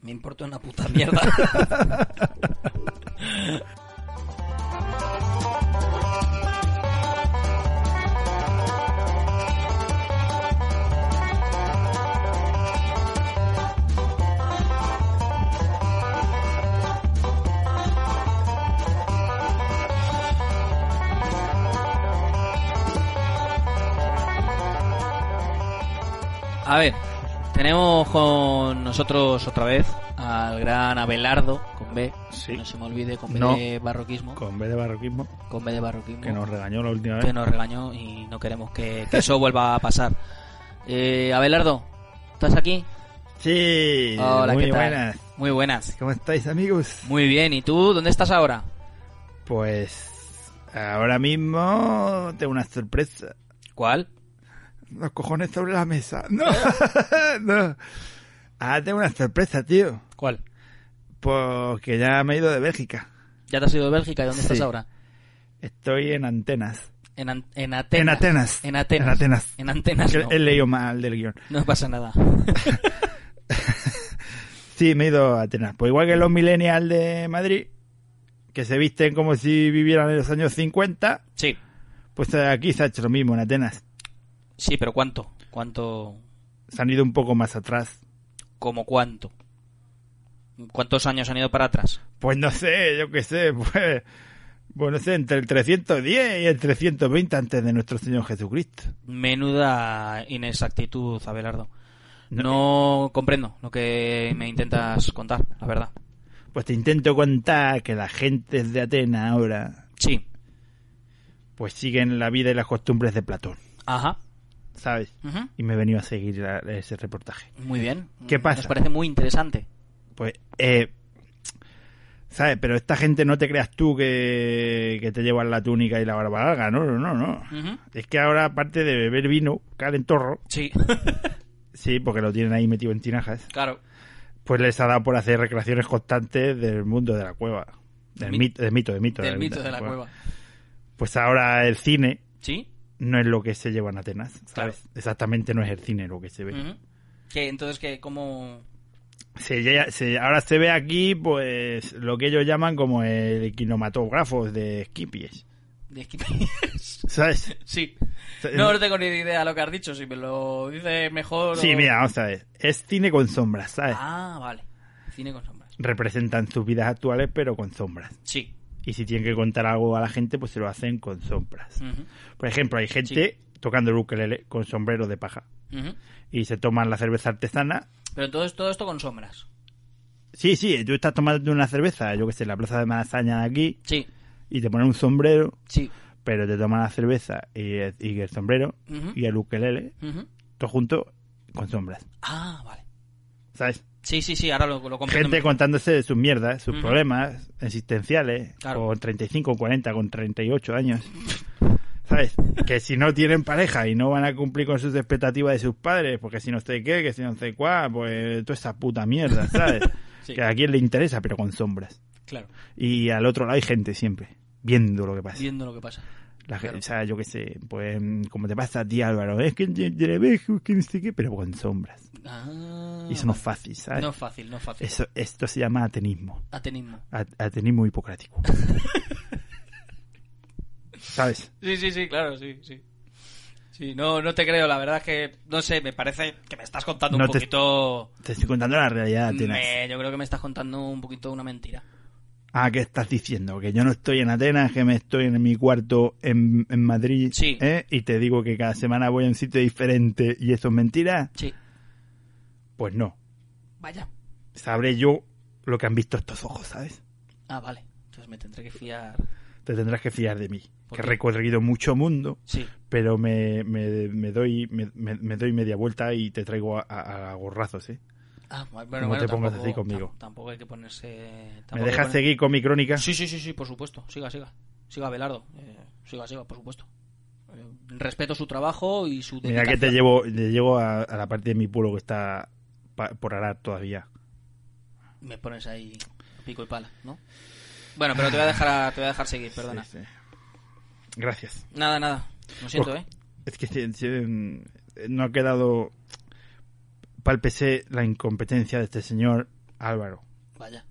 Speaker 2: Me importa una puta mierda. [LAUGHS] A ver, tenemos con nosotros otra vez al gran Abelardo, con B,
Speaker 4: Sí.
Speaker 2: que no se me olvide, con B
Speaker 4: No.
Speaker 2: de barroquismo, con,
Speaker 4: Con B de barroquismo,
Speaker 2: B de barroquismo,
Speaker 4: que nos regañó la
Speaker 3: ¿Eh?
Speaker 4: última
Speaker 2: que
Speaker 4: vez.
Speaker 2: nos regañó y no queremos que, que eso vuelva a pasar. Eh, Abelardo, ¿estás aquí?
Speaker 3: Sí,
Speaker 2: Hola,
Speaker 3: muy
Speaker 2: ¿qué tal?
Speaker 3: buenas.
Speaker 2: Muy buenas.
Speaker 3: ¿Cómo estáis, amigos?
Speaker 2: Muy bien, ¿y tú dónde estás ahora?
Speaker 3: Pues ahora mismo tengo una sorpresa.
Speaker 2: ¿Cuál?
Speaker 3: Los cojones sobre la mesa. [LAUGHS] No, no. Ahora tengo una sorpresa, tío.
Speaker 2: ¿Cuál?
Speaker 3: Porque ya me he ido de Bélgica.
Speaker 2: ¿Ya te has ido de Bélgica? ¿Y dónde estás
Speaker 3: Sí.
Speaker 2: ahora?
Speaker 3: Estoy en Antenas.
Speaker 2: En, An- en Atenas.
Speaker 3: En Atenas.
Speaker 2: En Atenas.
Speaker 3: En Atenas.
Speaker 2: En Antenas,
Speaker 3: Que
Speaker 2: no.
Speaker 3: He leído mal del guión.
Speaker 2: No pasa nada.
Speaker 3: Sí, me he ido a Atenas. Pues igual que los millennials de Madrid, que se visten como si vivieran en los años 50,
Speaker 2: Sí.
Speaker 3: pues aquí se ha hecho lo mismo en Atenas.
Speaker 2: Sí, pero ¿cuánto? ¿Cuánto?
Speaker 3: Se han ido un poco más atrás.
Speaker 2: ¿Cómo cuánto? ¿Cuántos años han ido para atrás?
Speaker 3: Pues no sé, yo qué sé, [LAUGHS] pues, pues no sé, entre el 310 y el 320 antes de nuestro Señor Jesucristo.
Speaker 2: Menuda inexactitud, Abelardo. No comprendo lo que me intentas contar, la verdad.
Speaker 3: Pues te intento contar que las gentes de Atenas ahora
Speaker 2: Sí.
Speaker 3: pues siguen la vida y las costumbres de Platón,
Speaker 2: Ajá.
Speaker 3: ¿sabes?
Speaker 2: Ujú.
Speaker 3: Y me he venido a seguir la- ese reportaje.
Speaker 2: Muy bien.
Speaker 3: ¿Qué pasa?
Speaker 2: Nos parece muy interesante.
Speaker 3: Pues, eh, ¿sabes? Pero esta gente no te creas tú que, que te llevan la túnica y la barba larga, no, no, no, no.
Speaker 2: Ujú.
Speaker 3: Es que ahora aparte de beber vino, calentorro,
Speaker 2: [LAUGHS] Sí,
Speaker 3: sí, porque lo tienen ahí metido en tinajas.
Speaker 2: claro.
Speaker 3: pues les ha dado por hacer recreaciones constantes del mundo de la cueva. Del
Speaker 2: Mi-
Speaker 3: mito, del mito, del mito.
Speaker 2: Del mito de la cueva.
Speaker 3: Pues ahora el cine
Speaker 2: ¿Sí?
Speaker 3: no es lo que se lleva en Atenas, ¿sabes?
Speaker 2: Claro. Mm.
Speaker 3: Exactamente no es el cine lo que se ve.
Speaker 2: Ujú. ¿Qué? Entonces, ¿qué? ¿Cómo...?
Speaker 3: se, lle- se- ahora se ve aquí, pues, lo que ellos llaman como el kinematógrafo de Skipies,
Speaker 2: de [LAUGHS] Skippies?
Speaker 3: ¿sabes?
Speaker 2: sí.
Speaker 3: Se-
Speaker 2: No, no tengo ni idea lo que has dicho. Si me lo dices mejor...
Speaker 3: sí,
Speaker 2: o-
Speaker 3: mira, vamos a ver. Es cine con sombras, ¿sabes?
Speaker 2: Ah, vale. Cine con sombras.
Speaker 3: Representan sus vidas actuales, pero con sombras.
Speaker 2: Sí.
Speaker 3: Y si tienen que contar algo a la gente, pues se lo hacen con sombras.
Speaker 2: Ujú.
Speaker 3: Por ejemplo, hay gente tocando el ukelele con sombrero de paja
Speaker 2: Ujú.
Speaker 3: y se toman la cerveza artesana.
Speaker 2: Pero entonces todo esto con sombras.
Speaker 3: Sí, sí, tú estás tomando una cerveza, yo que sé, en la plaza de Malasaña de aquí
Speaker 2: Sí,
Speaker 3: y te ponen un sombrero,
Speaker 2: sí.
Speaker 3: pero te toman la cerveza y, el- y el sombrero
Speaker 2: Ujú.
Speaker 3: y el ukelele,
Speaker 2: Ujú.
Speaker 3: todo junto con sombras,
Speaker 2: Ah, vale.
Speaker 3: ¿sabes?
Speaker 2: Sí, sí, sí, ahora lo, lo comprendo.
Speaker 3: Gente contándose sus mierdas, sus
Speaker 2: Ujú.
Speaker 3: problemas existenciales,
Speaker 2: Claro.
Speaker 3: con 35, 40, con 38 años. ¿Sabes? Que si no tienen pareja y no van a cumplir con sus expectativas de sus padres, porque si no sé qué, que si no sé cuál, pues toda esa puta mierda, ¿sabes?
Speaker 2: [LAUGHS] Sí.
Speaker 3: Que a quien le interesa, pero con sombras.
Speaker 2: Claro,
Speaker 3: Y al otro lado hay gente siempre, viendo lo que pasa.
Speaker 2: viendo lo que pasa.
Speaker 3: La gente,
Speaker 2: claro.
Speaker 3: O sea, yo qué sé, pues como te pasa a ti, Álvaro, es que te- te veo, que no sé qué, pero con sombras.
Speaker 2: Ah,
Speaker 3: Y eso no es fácil, ¿sabes?
Speaker 2: no es fácil, no es fácil.
Speaker 3: Eso, esto se llama atenismo.
Speaker 2: Atenismo.
Speaker 3: a- atenismo hipocrático.
Speaker 2: [LAUGHS]
Speaker 3: ¿Sabes?
Speaker 2: Sí, sí, sí, claro, sí, sí. Sí, no, no te creo, la verdad es que, no sé, me parece que me estás contando
Speaker 3: No
Speaker 2: un
Speaker 3: te-
Speaker 2: poquito...
Speaker 3: Te estoy contando la realidad de Atenas.
Speaker 2: Me- yo creo que me estás contando un poquito una mentira.
Speaker 3: Ah, ¿qué estás diciendo? Que yo no estoy en Atenas, que me estoy en mi cuarto en, en Madrid.
Speaker 2: Sí.
Speaker 3: ¿eh? Y te digo que cada semana voy a un sitio diferente y eso es mentira.
Speaker 2: Sí,
Speaker 3: Pues no.
Speaker 2: vaya.
Speaker 3: Sabré yo lo que han visto estos ojos, ¿sabes?
Speaker 2: Ah, vale. Entonces me tendré que fiar.
Speaker 3: Te tendrás que fiar de mí.
Speaker 2: ¿Por
Speaker 3: Que he
Speaker 2: qué?
Speaker 3: recorrido mucho mundo,
Speaker 2: Sí,
Speaker 3: pero me, me, me doy, me, me- me doy media vuelta y te traigo a, a- a gorrazos, ¿eh?
Speaker 2: Ah, bueno,
Speaker 3: No
Speaker 2: bueno,
Speaker 3: te pongas
Speaker 2: tampoco-
Speaker 3: así conmigo.
Speaker 2: tam- Tampoco hay que ponerse. tampoco
Speaker 3: ¿Me
Speaker 2: hay que
Speaker 3: dejas
Speaker 2: poner-
Speaker 3: seguir con mi crónica?
Speaker 2: Sí, sí, sí, sí, por supuesto. Siga, siga. Siga, Belardo. Eh, siga, siga, por supuesto. Eh, respeto su trabajo y su
Speaker 3: Mira que
Speaker 2: dedicación.
Speaker 3: te llevo, te llevo a, a la parte de mi pueblo que está pa- por Arad todavía.
Speaker 2: Me pones ahí pico y pala, ¿no? Bueno, pero te voy a dejar, a- te voy a dejar seguir, perdona.
Speaker 3: Sí, sí. Gracias.
Speaker 2: Nada, nada. Lo siento,
Speaker 3: Uf.
Speaker 2: ¿eh?
Speaker 3: Es que se- se- no ha quedado para el PC la incompetencia de este señor Álvaro.
Speaker 2: Vaya,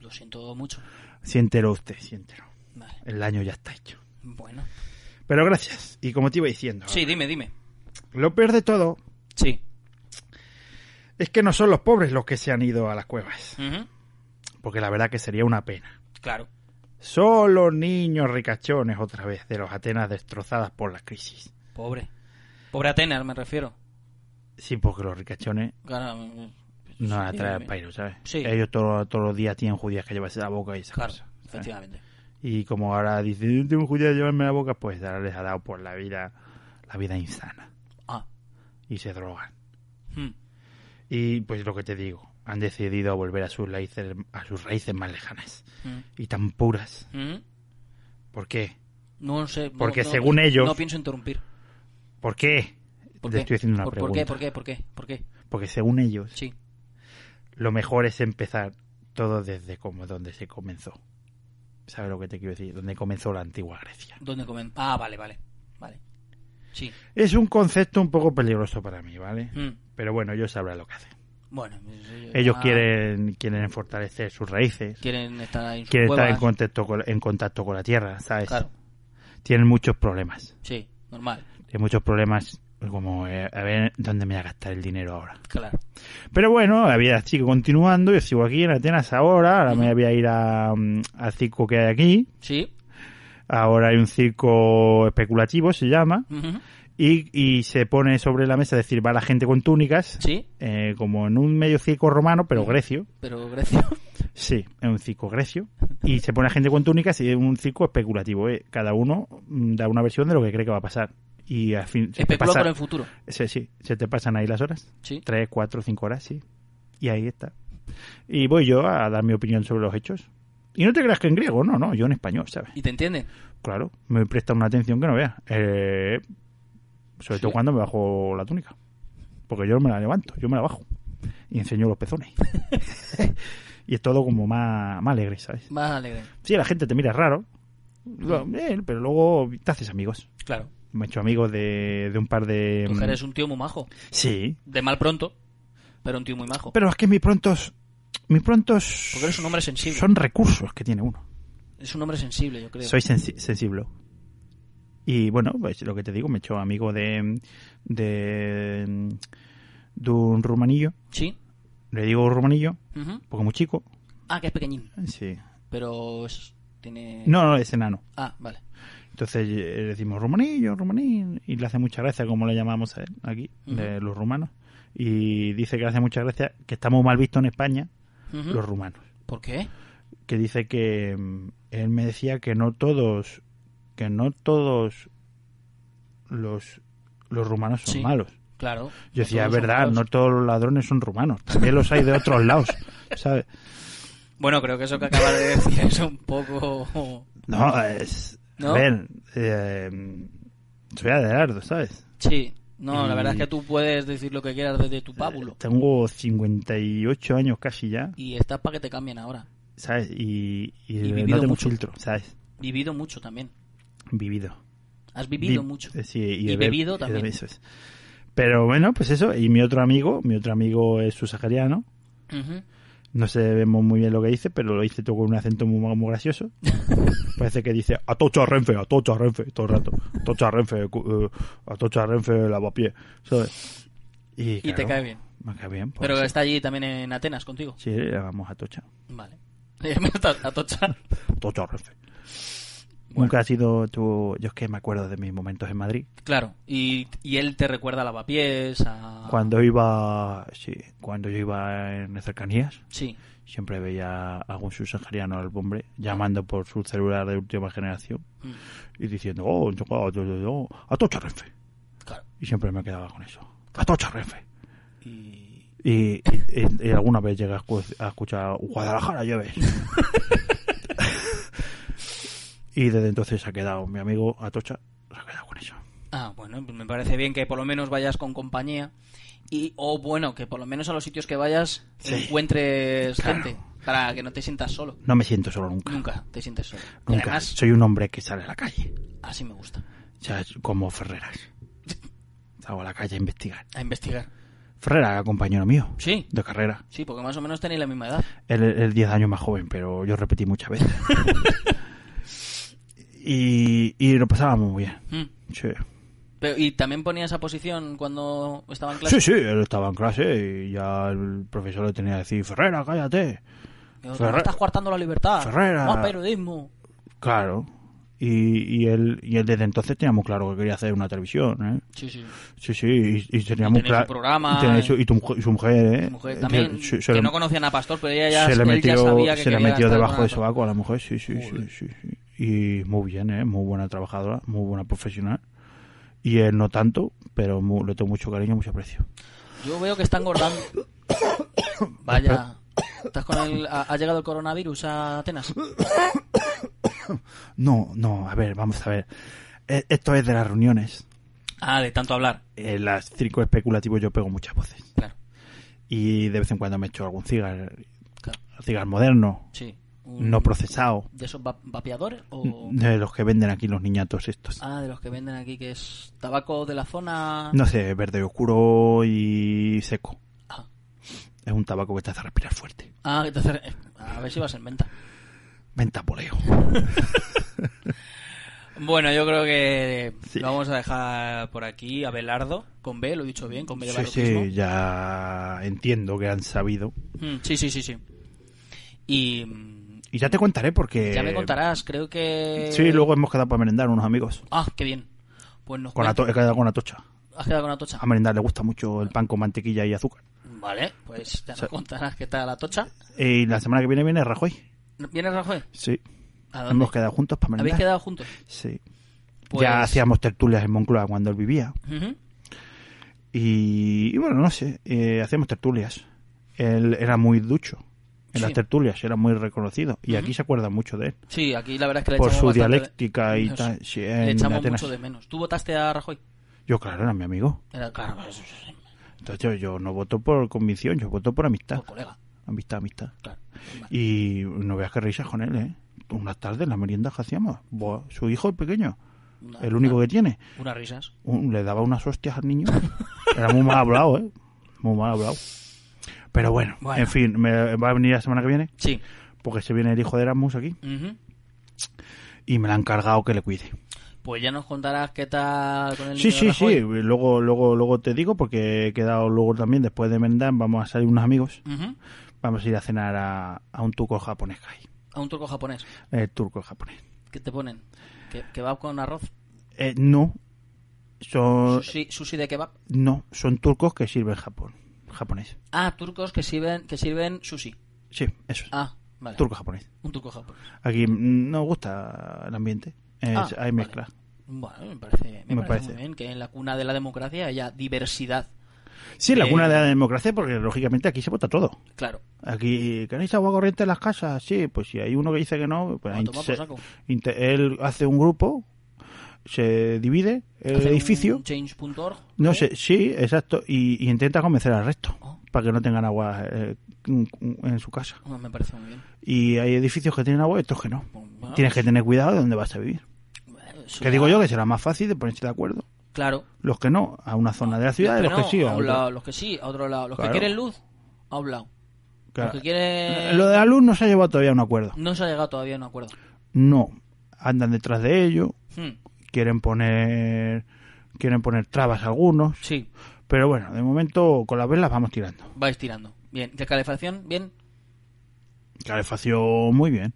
Speaker 2: lo siento mucho.
Speaker 3: Siéntelo usted, siéntelo.
Speaker 2: Vale,
Speaker 3: El daño ya está hecho.
Speaker 2: bueno.
Speaker 3: Pero gracias. Y como te iba diciendo,
Speaker 2: Sí, dime, dime.
Speaker 3: lo peor de todo
Speaker 2: Sí.
Speaker 3: es que no son los pobres los que se han ido a las cuevas.
Speaker 2: Ujú,
Speaker 3: Porque la verdad que sería una pena.
Speaker 2: Claro.
Speaker 3: Son los niños ricachones otra vez de los Atenas destrozadas por la crisis.
Speaker 2: Pobre. Pobre Atenas, me refiero.
Speaker 3: Sí, porque los ricachones
Speaker 2: Claro, mm,
Speaker 3: no
Speaker 2: sí,
Speaker 3: atraen
Speaker 2: sí,
Speaker 3: pairo, ¿sabes?
Speaker 2: Sí.
Speaker 3: Ellos todo- todos los días tienen judías que llevarse la boca y esas
Speaker 2: Claro,
Speaker 3: cosas. ¿sabes?
Speaker 2: efectivamente.
Speaker 3: Y como ahora dice, yo tengo judía de llevarme la boca, pues ahora les ha dado por la vida, la vida insana.
Speaker 2: Ah.
Speaker 3: Y se drogan.
Speaker 2: hmm,
Speaker 3: Y pues lo que te digo, han decidido volver a sus raíces, a sus raíces más lejanas
Speaker 2: hmm,
Speaker 3: y tan puras.
Speaker 2: hmm.
Speaker 3: ¿Por qué?
Speaker 2: No sé. no-
Speaker 3: Porque
Speaker 2: no-
Speaker 3: según ellos-
Speaker 2: No pienso interrumpir.
Speaker 3: ¿Por qué?
Speaker 2: ¿Por
Speaker 3: Te
Speaker 2: qué?
Speaker 3: estoy haciendo una
Speaker 2: ¿Por, por
Speaker 3: pregunta.
Speaker 2: qué? ¿Por qué? ¿Por qué? ¿Por qué?
Speaker 3: Porque según ellos,
Speaker 2: Sí.
Speaker 3: lo mejor es empezar todo desde como donde se comenzó. ¿Sabes lo que te quiero decir? Donde comenzó la antigua Grecia.
Speaker 2: ¿Dónde comen? Ah, vale, vale. Vale. Sí.
Speaker 3: Es un concepto un poco peligroso para mí, ¿vale?
Speaker 2: hmm,
Speaker 3: Pero bueno, ellos sabrán lo que hacen.
Speaker 2: Bueno. pues, eh,
Speaker 3: Ellos
Speaker 2: ah,
Speaker 3: quieren, quieren fortalecer sus raíces,
Speaker 2: Quieren estar ahí en sus
Speaker 3: quieren estar en
Speaker 2: cuevas.
Speaker 3: contacto, con, en contacto con la tierra, ¿sabes?
Speaker 2: Claro.
Speaker 3: Tienen muchos problemas.
Speaker 2: Sí, normal.
Speaker 3: Tienen muchos problemas como eh, a ver dónde me voy a gastar el dinero ahora.
Speaker 2: Claro.
Speaker 3: Pero bueno, la vida sigue continuando. Yo sigo aquí en Atenas ahora. Ahora me
Speaker 2: Ujú.
Speaker 3: voy a ir a, mm, al circo que hay aquí.
Speaker 2: Sí.
Speaker 3: Ahora hay un circo especulativo, se llama.
Speaker 2: ujú,
Speaker 3: Y, y se pone sobre la mesa, es decir, va la gente con túnicas.
Speaker 2: Sí.
Speaker 3: eh, como en un medio circo romano, pero
Speaker 2: Ujú.
Speaker 3: grecio.
Speaker 2: Pero gracias.
Speaker 3: [LAUGHS] Sí, es un circo grecio. Y se pone gente con túnicas y es un circo especulativo. ¿eh? Cada uno mm, da una versión de lo que cree que va a pasar. Y al fin. se te
Speaker 2: Especulan
Speaker 3: pasa-
Speaker 2: por el futuro.
Speaker 3: Sí, sí, se te pasan ahí las horas.
Speaker 2: Sí.
Speaker 3: Tres, cuatro, cinco horas, sí. Y ahí está. Y voy yo a dar mi opinión sobre los hechos. Y no te creas que en griego, no, no, yo en español, ¿sabes?
Speaker 2: ¿Y te entienden?
Speaker 3: Claro, me presta una atención que no veas. Eh, sobre
Speaker 2: Sí.
Speaker 3: todo cuando me bajo la túnica. Porque yo no me la levanto, yo me la bajo. Y enseño los
Speaker 2: [LAUGHS]
Speaker 3: pezones. y es todo como más, más alegre, ¿sabes?
Speaker 2: Más alegre.
Speaker 3: Sí, la gente te mira raro, lo- bien, pero luego te haces amigos.
Speaker 2: Claro.
Speaker 3: Me he hecho amigos de, de un par de... mm,
Speaker 2: Tú eres un tío muy majo.
Speaker 3: Sí,
Speaker 2: De mal pronto, pero un tío muy majo.
Speaker 3: Pero es que mis prontos. Mis prontos.
Speaker 2: Porque eres un hombre sensible.
Speaker 3: Son recursos que tiene uno.
Speaker 2: Es un hombre sensible, yo creo.
Speaker 3: Soy sensi- sensible. Y bueno, pues lo que te digo, me he hecho amigo de. de. de un rumanillo.
Speaker 2: ¿Sí?
Speaker 3: Le digo rumanillo,
Speaker 2: ujú.
Speaker 3: porque es muy chico.
Speaker 2: Ah, que es pequeñín.
Speaker 3: Sí.
Speaker 2: Pero es- tiene...
Speaker 3: No, no, es enano.
Speaker 2: Ah, vale.
Speaker 3: Entonces eh, decimos rumanillo, rumanín. Y le hace mucha gracia, como le llamamos a él aquí, de los rumanos. Y dice que le hace mucha gracia que estamos mal vistos en España,
Speaker 2: Ujú.
Speaker 3: los rumanos.
Speaker 2: ¿Por qué?
Speaker 3: que dice que mm, él me decía que no todos que no todos los los rumanos son
Speaker 2: Sí.
Speaker 3: malos.
Speaker 2: Claro.
Speaker 3: Yo decía, es
Speaker 2: Todos son
Speaker 3: verdad,
Speaker 2: malos.
Speaker 3: no todos los ladrones son rumanos, también los hay de
Speaker 2: [LAUGHS]
Speaker 3: otros lados, ¿sabes?
Speaker 2: Bueno, creo que eso que acabas de decir [LAUGHS] es un poco...
Speaker 3: No, es
Speaker 2: ¿No?
Speaker 3: a ver, eh, soy Adelardo, ¿sabes?
Speaker 2: Sí. No, la verdad
Speaker 3: Y- Eh.
Speaker 2: es que tú puedes decir lo que quieras desde tu pábulo.
Speaker 3: Tengo 58 años casi ya,
Speaker 2: Y estás para que te cambien ahora.
Speaker 3: ¿sabes? Y, y
Speaker 2: Y
Speaker 3: no
Speaker 2: vivido
Speaker 3: tengo
Speaker 2: mucho.
Speaker 3: filtro, ¿sabes?
Speaker 2: Vivido mucho también.
Speaker 3: Vivido.
Speaker 2: Has vivido
Speaker 3: Vi-
Speaker 2: mucho.
Speaker 3: eh, sí,
Speaker 2: Y
Speaker 3: bebe-
Speaker 2: bebido
Speaker 3: eh,
Speaker 2: también.
Speaker 3: eso es. Pero bueno, pues eso. Y mi otro amigo, mi otro amigo es subsahariano.
Speaker 2: Ujú.
Speaker 3: No sé vemos muy bien lo que dice, pero lo dice todo con un acento muy, muy
Speaker 2: [LAUGHS]
Speaker 3: gracioso. Parece que dice Atocha Renfe, Atocha Renfe, todo el rato. Atocha Renfe, cu- eh, Atocha Renfe, lavapié. ¿Sabes? Y,
Speaker 2: Y te
Speaker 3: claro,
Speaker 2: cae bien.
Speaker 3: Me cae bien. pues,
Speaker 2: Pero está allí también en Atenas contigo.
Speaker 3: Sí, le vamos a Atocha.
Speaker 2: Vale. [LAUGHS] A tocha.
Speaker 3: Atocha Renfe. Nunca ha sido tu. Yo es que me acuerdo de mis momentos en Madrid.
Speaker 2: Claro, y, y él te recuerda a lavapiés, a...
Speaker 3: Cuando iba. Sí, cuando yo iba en cercanías.
Speaker 2: Sí,
Speaker 3: siempre veía a algún subsahariano al hombre llamando por su celular de última generación
Speaker 2: Mm.
Speaker 3: y diciendo, oh, yo- oh, yo- yo- yo, atocha Renfe.
Speaker 2: claro.
Speaker 3: Y siempre me quedaba con eso, atocha Renfe.
Speaker 2: Y...
Speaker 3: Y, y, y- y alguna vez llegué a escu- a escuchar, Guadalajara lleves. [LAUGHS] y desde entonces se ha quedado mi amigo Atocha, se ha quedado con eso.
Speaker 2: Ah, bueno, pues me parece bien que por lo menos vayas con compañía. Y, o bueno, que por lo menos a los sitios que vayas encuentres
Speaker 3: Claro.
Speaker 2: gente. Para que no te sientas solo.
Speaker 3: No me siento solo nunca.
Speaker 2: Nunca te sientes solo. Y
Speaker 3: Nunca.
Speaker 2: además,
Speaker 3: Soy un hombre que sale a la calle.
Speaker 2: así me gusta.
Speaker 3: O sea,
Speaker 2: [LAUGHS]
Speaker 3: como Ferreras. Salgo a la calle a investigar.
Speaker 2: A investigar.
Speaker 3: Ferreras era compañero mío.
Speaker 2: Sí.
Speaker 3: De carrera.
Speaker 2: Sí, porque más o menos tenéis la misma edad.
Speaker 3: Él es 10 años más joven, pero yo repetí muchas veces.
Speaker 2: [LAUGHS]
Speaker 3: y, y lo pasábamos muy bien.
Speaker 2: Mm.
Speaker 3: Sí.
Speaker 2: Pero, ¿Y también ponía esa posición cuando estaba en clase?
Speaker 3: Sí, sí, él estaba en clase y ya el profesor le tenía que decir, Ferrera, cállate.
Speaker 2: Digo,
Speaker 3: Ferrer-
Speaker 2: "No estás coartando la libertad.
Speaker 3: Ferrera.
Speaker 2: Más periodismo.
Speaker 3: Claro. Y, y él, y él desde entonces tenía muy claro que quería hacer una televisión, ¿eh?
Speaker 2: Sí, sí.
Speaker 3: Sí, sí, y, y tenía muy
Speaker 2: tenía su
Speaker 3: claro.
Speaker 2: programa,
Speaker 3: y, tenía
Speaker 2: eh.
Speaker 3: su, y tu mujer- y su mujer, ¿eh?
Speaker 2: Su mujer
Speaker 3: Eh,
Speaker 2: también,
Speaker 3: se- se
Speaker 2: que
Speaker 3: le-
Speaker 2: no conocían a Pastor, pero ella ya,
Speaker 3: se le
Speaker 2: él ya
Speaker 3: metió,
Speaker 2: sabía que
Speaker 3: se le
Speaker 2: quería
Speaker 3: metió
Speaker 2: estar
Speaker 3: debajo
Speaker 2: con
Speaker 3: de
Speaker 2: Pastor.
Speaker 3: sobaco a la mujer, sí, sí, sí,
Speaker 2: Joder.
Speaker 3: sí, sí. Y muy bien, ¿eh? Muy buena trabajadora, muy buena profesional. Y él no tanto, pero mu- le tengo mucho cariño, mucho aprecio.
Speaker 2: Yo veo que está [COUGHS] engordando. Vaya. ¿Estás con el, ha, ha llegado el coronavirus a Atenas?
Speaker 3: No, no, a ver, vamos a ver. E- Esto es de las reuniones.
Speaker 2: Ah, de tanto hablar.
Speaker 3: En las circos especulativos yo pego muchas voces.
Speaker 2: Claro,
Speaker 3: Y de vez en cuando me echo algún cigar,
Speaker 2: claro.
Speaker 3: cigar moderno,
Speaker 2: Sí. Un-
Speaker 3: no procesado,
Speaker 2: ¿De esos va- vapeadores? O...
Speaker 3: de los que venden aquí los niñatos estos.
Speaker 2: Oh. Ah, de los que venden aquí, que es tabaco de la zona.
Speaker 3: No sé, verde oscuro y seco.
Speaker 2: Ah.
Speaker 3: Es un tabaco que te hace respirar fuerte.
Speaker 2: Ah, entonces. eh, A ver si vas en venta.
Speaker 3: Venta
Speaker 2: [LAUGHS]
Speaker 3: poleo.
Speaker 2: Bueno, yo creo que
Speaker 3: Sí.
Speaker 2: lo vamos a dejar por aquí. Abelardo, con B, lo he dicho bien, con B de
Speaker 3: Sí,
Speaker 2: barroquismo.
Speaker 3: sí, ya entiendo que han sabido.
Speaker 2: Mm, sí, sí, sí, sí. Y mm, eh,
Speaker 3: Y ya te contaré porque...
Speaker 2: ya me contarás, eh. creo que...
Speaker 3: Sí, luego hemos quedado para merendar unos amigos.
Speaker 2: Ah, qué bien. Pues nos
Speaker 3: Con
Speaker 2: cuentas.
Speaker 3: ato- He quedado con Atocha.
Speaker 2: Has quedado con Atocha.
Speaker 3: A merendar le gusta mucho el pan con mantequilla y azúcar.
Speaker 2: Vale, pues ya nos contarás qué tal Atocha.
Speaker 3: Y la semana que viene viene Rajoy.
Speaker 2: ¿Vienes, Rajoy?
Speaker 3: Sí.
Speaker 2: ¿A dónde?
Speaker 3: Hemos quedado juntos para
Speaker 2: ¿Habéis
Speaker 3: merendar.
Speaker 2: quedado juntos?
Speaker 3: Sí.
Speaker 2: Pues-
Speaker 3: Ya hacíamos tertulias en Moncloa cuando él vivía.
Speaker 2: Ujú.
Speaker 3: Y, y bueno, no sé, eh, hacíamos tertulias. Él era muy ducho en las
Speaker 2: Sí.
Speaker 3: tertulias, era muy reconocido. Y aquí se acuerda mucho de él.
Speaker 2: Sí, aquí la verdad es que le
Speaker 3: Por
Speaker 2: echamos
Speaker 3: su
Speaker 2: bastante-
Speaker 3: dialéctica y
Speaker 2: Eso.
Speaker 3: tal. Sí, en
Speaker 2: Le echamos
Speaker 3: Atenas.
Speaker 2: mucho de menos. ¿Tú votaste a Rajoy?
Speaker 3: Yo, claro, era mi amigo.
Speaker 2: Era, claro, pues, sí, sí, sí,
Speaker 3: Entonces yo, yo no voto por convicción, yo voto por amistad.
Speaker 2: por colega.
Speaker 3: Amistad, amistad.
Speaker 2: Claro. Vale.
Speaker 3: Y no veas que risas con él, ¿eh? Unas tardes en las meriendas que hacíamos. Buah, su hijo, el pequeño,
Speaker 2: Una-
Speaker 3: el único
Speaker 2: una-
Speaker 3: que tiene.
Speaker 2: Unas risas.
Speaker 3: un- le daba unas hostias al niño. Era muy mal hablado, ¿eh? Muy mal hablado. Pero bueno,
Speaker 2: Bueno.
Speaker 3: en fin, me, va a venir la semana que viene,
Speaker 2: Sí.
Speaker 3: porque se viene el hijo de Erasmus aquí,
Speaker 2: Ujú.
Speaker 3: y me la han encargado que le cuide.
Speaker 2: Pues ya nos contarás qué tal con el
Speaker 3: Sí,
Speaker 2: niño
Speaker 3: sí,
Speaker 2: de Rajoy.
Speaker 3: sí, luego, luego, luego te digo, porque he quedado luego también, después de merendar, vamos a salir unos amigos,
Speaker 2: Ujú.
Speaker 3: vamos a ir a cenar a, a un turco japonés que hay.
Speaker 2: A un turco japonés.
Speaker 3: El turco japonés.
Speaker 2: ¿Qué te ponen? ¿Que, ¿Kebab con arroz?
Speaker 3: Eh, no, son,
Speaker 2: Sushi, ¿Sushi de kebab?
Speaker 3: no, son turcos que sirven Japón, japonés.
Speaker 2: Ah, turcos que sirven, que sirven sushi.
Speaker 3: Sí, eso es,
Speaker 2: Ah, vale.
Speaker 3: turco japonés.
Speaker 2: Un turco japonés.
Speaker 3: Aquí mm, nos gusta el ambiente. Es-
Speaker 2: Ah,
Speaker 3: hay
Speaker 2: vale.
Speaker 3: mezcla.
Speaker 2: Bueno, me parece, me
Speaker 3: Me
Speaker 2: parece,
Speaker 3: parece.
Speaker 2: muy bien que en la cuna de la democracia haya diversidad.
Speaker 3: Sí, la
Speaker 2: Eh,
Speaker 3: cuna de la democracia, porque lógicamente aquí se vota todo.
Speaker 2: Claro.
Speaker 3: Aquí, ¿queréis agua corriente en las casas? Sí, pues si hay uno que dice que no, pues
Speaker 2: A tomar por
Speaker 3: se-
Speaker 2: saco.
Speaker 3: inte- él hace un grupo, se divide el
Speaker 2: Hacer un
Speaker 3: edificio.
Speaker 2: Change.org.
Speaker 3: No sé, sí, exacto, y, y intenta convencer al resto
Speaker 2: Oh.
Speaker 3: para que no tengan agua eh, en su casa.
Speaker 2: No, Oh, me parece muy bien. Pues,
Speaker 3: Y hay edificios que tienen agua y otros que no.
Speaker 2: Bueno, eh,
Speaker 3: Tienes que tener cuidado de dónde vas a vivir.
Speaker 2: bueno, eso
Speaker 3: Que digo yo que será más fácil de ponerse de acuerdo.
Speaker 2: Claro.
Speaker 3: Los que no, a una zona de la ciudad y
Speaker 2: Los
Speaker 3: los que sí.
Speaker 2: no,
Speaker 3: a
Speaker 2: a un
Speaker 3: otra.
Speaker 2: lado, los que sí, a otro lado. Los
Speaker 3: Claro.
Speaker 2: que quieren luz, a un lado.
Speaker 3: Claro. Eh,
Speaker 2: Los que quieren...
Speaker 3: Lo de la luz no se ha llevado todavía a un acuerdo.
Speaker 2: No se ha llegado todavía a un acuerdo.
Speaker 3: No, andan detrás de ello,
Speaker 2: Hmm,
Speaker 3: quieren poner quieren poner trabas algunos,
Speaker 2: Sí,
Speaker 3: pero bueno, de momento con las velas vamos tirando.
Speaker 2: vais tirando. Bien. ¿De calefacción? Bien.
Speaker 3: Calefacción muy bien,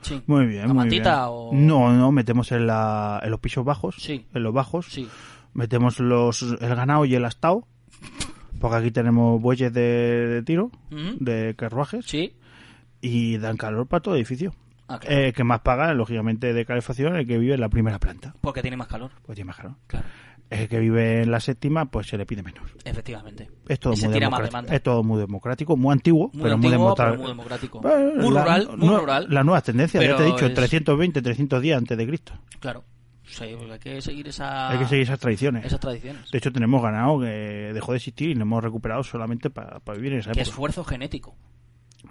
Speaker 2: Sí.
Speaker 3: muy bien,
Speaker 2: ¿La
Speaker 3: muy
Speaker 2: mantita
Speaker 3: bien.
Speaker 2: o...?
Speaker 3: No, no, metemos en, la, en los pisos bajos,
Speaker 2: Sí.
Speaker 3: en los bajos,
Speaker 2: Sí.
Speaker 3: metemos los el ganado y el astao, porque aquí tenemos bueyes de, de tiro,
Speaker 2: Ujú.
Speaker 3: de carruajes
Speaker 2: Sí.
Speaker 3: y dan calor para todo el edificio.
Speaker 2: Ah, claro.
Speaker 3: Eh, El que más paga, lógicamente, de calefacción, el que vive en la primera planta.
Speaker 2: Porque tiene más calor.
Speaker 3: Pues tiene más calor.
Speaker 2: Claro.
Speaker 3: El que vive en la séptima, pues se le pide menos.
Speaker 2: Efectivamente.
Speaker 3: Es todo,
Speaker 2: Y se
Speaker 3: muy
Speaker 2: tira más
Speaker 3: democrático,
Speaker 2: demanda.
Speaker 3: es todo muy democrático, muy antiguo,
Speaker 2: Muy
Speaker 3: Eh, pero, muy
Speaker 2: antiguo,
Speaker 3: democrático.
Speaker 2: pero muy democrático. Muy
Speaker 3: la-
Speaker 2: rural, muy
Speaker 3: nue-
Speaker 2: rural.
Speaker 3: Las nuevas tendencias, ya te he
Speaker 2: Pero
Speaker 3: dicho,
Speaker 2: es-
Speaker 3: 320, 300 días antes de Cristo.
Speaker 2: Claro. Sí, porque hay que seguir esa...
Speaker 3: Hay que seguir esas tradiciones.
Speaker 2: esas tradiciones.
Speaker 3: De hecho, tenemos ganado que dejó de existir y lo hemos recuperado solamente para vivir en esa
Speaker 2: Que
Speaker 3: época.
Speaker 2: esfuerzo genético.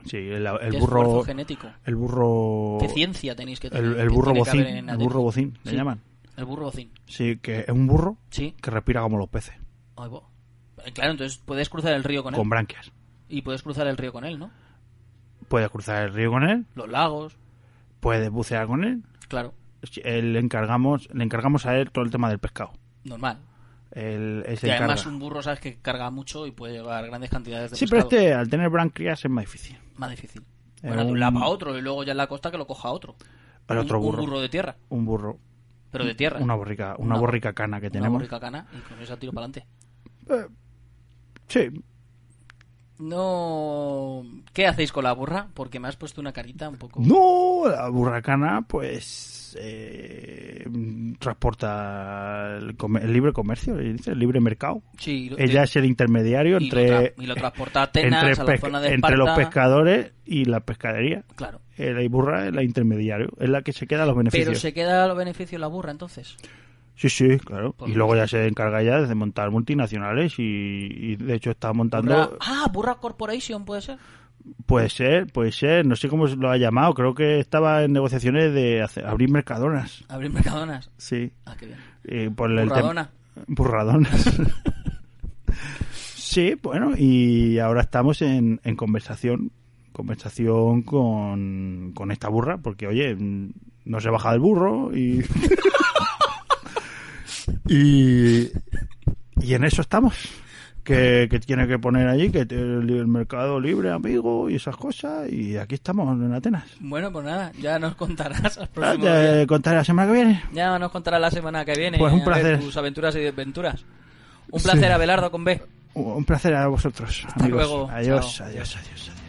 Speaker 3: Sí, el, el
Speaker 2: ¿Qué
Speaker 3: burro.
Speaker 2: esfuerzo genético?
Speaker 3: El burro.
Speaker 2: ¿Qué ciencia tenéis que tener?
Speaker 3: El, el
Speaker 2: que
Speaker 3: burro
Speaker 2: tiene que haber
Speaker 3: bocín.
Speaker 2: en la
Speaker 3: El burro
Speaker 2: tele?
Speaker 3: bocín, le
Speaker 2: Sí.
Speaker 3: llaman.
Speaker 2: El burro bocín.
Speaker 3: Sí, que es un burro
Speaker 2: Sí.
Speaker 3: que respira como los peces,
Speaker 2: Ahí va. Eh, Claro, entonces puedes cruzar el río con él.
Speaker 3: con branquias.
Speaker 2: Y puedes cruzar el río con él, ¿no?
Speaker 3: Puedes cruzar el río con él,
Speaker 2: Los lagos,
Speaker 3: puedes bucear con él.
Speaker 2: claro.
Speaker 3: Él le, encargamos, le encargamos a él todo el tema del pescado.
Speaker 2: Normal.
Speaker 3: Él, él se
Speaker 2: Y además
Speaker 3: encarga.
Speaker 2: un burro sabes que carga mucho y puede llevar grandes cantidades de
Speaker 3: Sí, pero
Speaker 2: pescado.
Speaker 3: este, al tener branquias, es más difícil.
Speaker 2: Más difícil.
Speaker 3: Eh,
Speaker 2: Bueno, de
Speaker 3: un-
Speaker 2: un lado a otro y luego ya en la costa que lo coja otro.
Speaker 3: El
Speaker 2: Un-
Speaker 3: otro
Speaker 2: un,
Speaker 3: burro.
Speaker 2: burro de tierra,
Speaker 3: Un burro.
Speaker 2: pero de tierra.
Speaker 3: Una borrica, una,
Speaker 2: Una bor-
Speaker 3: borrica cana que
Speaker 2: Una
Speaker 3: tenemos.
Speaker 2: borrica cana y con esa tiro para adelante.
Speaker 3: Sí,
Speaker 2: No... ¿Qué hacéis con la burra? Porque me has puesto una carita un poco...
Speaker 3: No, la burracana, pues. eh, transporta el, comer- el libre comercio, le dice, el libre mercado.
Speaker 2: Sí, y lo-
Speaker 3: Ella es el intermediario
Speaker 2: y lo
Speaker 3: entre.
Speaker 2: tra- y lo transporta a Atenas, a la
Speaker 3: pesca-
Speaker 2: zona de
Speaker 3: entre los
Speaker 2: Esparta.
Speaker 3: pescadores y la pescadería.
Speaker 2: Claro.
Speaker 3: Eh, La burra es la intermediario, es la que se queda los
Speaker 2: Pero
Speaker 3: beneficios.
Speaker 2: se queda los beneficios la burra entonces.
Speaker 3: Sí, sí, claro.
Speaker 2: Por
Speaker 3: Y luego ya se encarga ya de montar multinacionales y, y de hecho está montando.
Speaker 2: Burra- Ah, Burra Corporation puede ser.
Speaker 3: Puede ser, puede ser. No sé cómo lo ha llamado. Creo que estaba en negociaciones de hacer- abrir mercadonas.
Speaker 2: Abrir mercadonas.
Speaker 3: Sí.
Speaker 2: Ah, qué bien.
Speaker 3: Eh, por el tem-
Speaker 2: Burradona. [LAUGHS]
Speaker 3: Burradonas. sí, bueno, y ahora estamos en, en conversación. Conversación con, con esta burra, porque oye, mm, no se baja del burro
Speaker 2: [LAUGHS]
Speaker 3: y. y. Y en eso estamos. Que, que tiene que poner allí, que el, el mercado libre, amigo, y esas cosas. Y aquí estamos en Atenas.
Speaker 2: Bueno, pues nada, ya nos contarás al
Speaker 3: Ah,
Speaker 2: próximo día.
Speaker 3: Te contaré la semana que viene.
Speaker 2: Ya nos contarás la semana que viene
Speaker 3: Pues un
Speaker 2: a ver
Speaker 3: placer.
Speaker 2: tus aventuras y desventuras. Un placer, Abelardo, con B.
Speaker 3: Un placer a vosotros, amigos.
Speaker 2: luego.
Speaker 3: Adiós,
Speaker 2: Chao.
Speaker 3: adiós, adiós, adiós.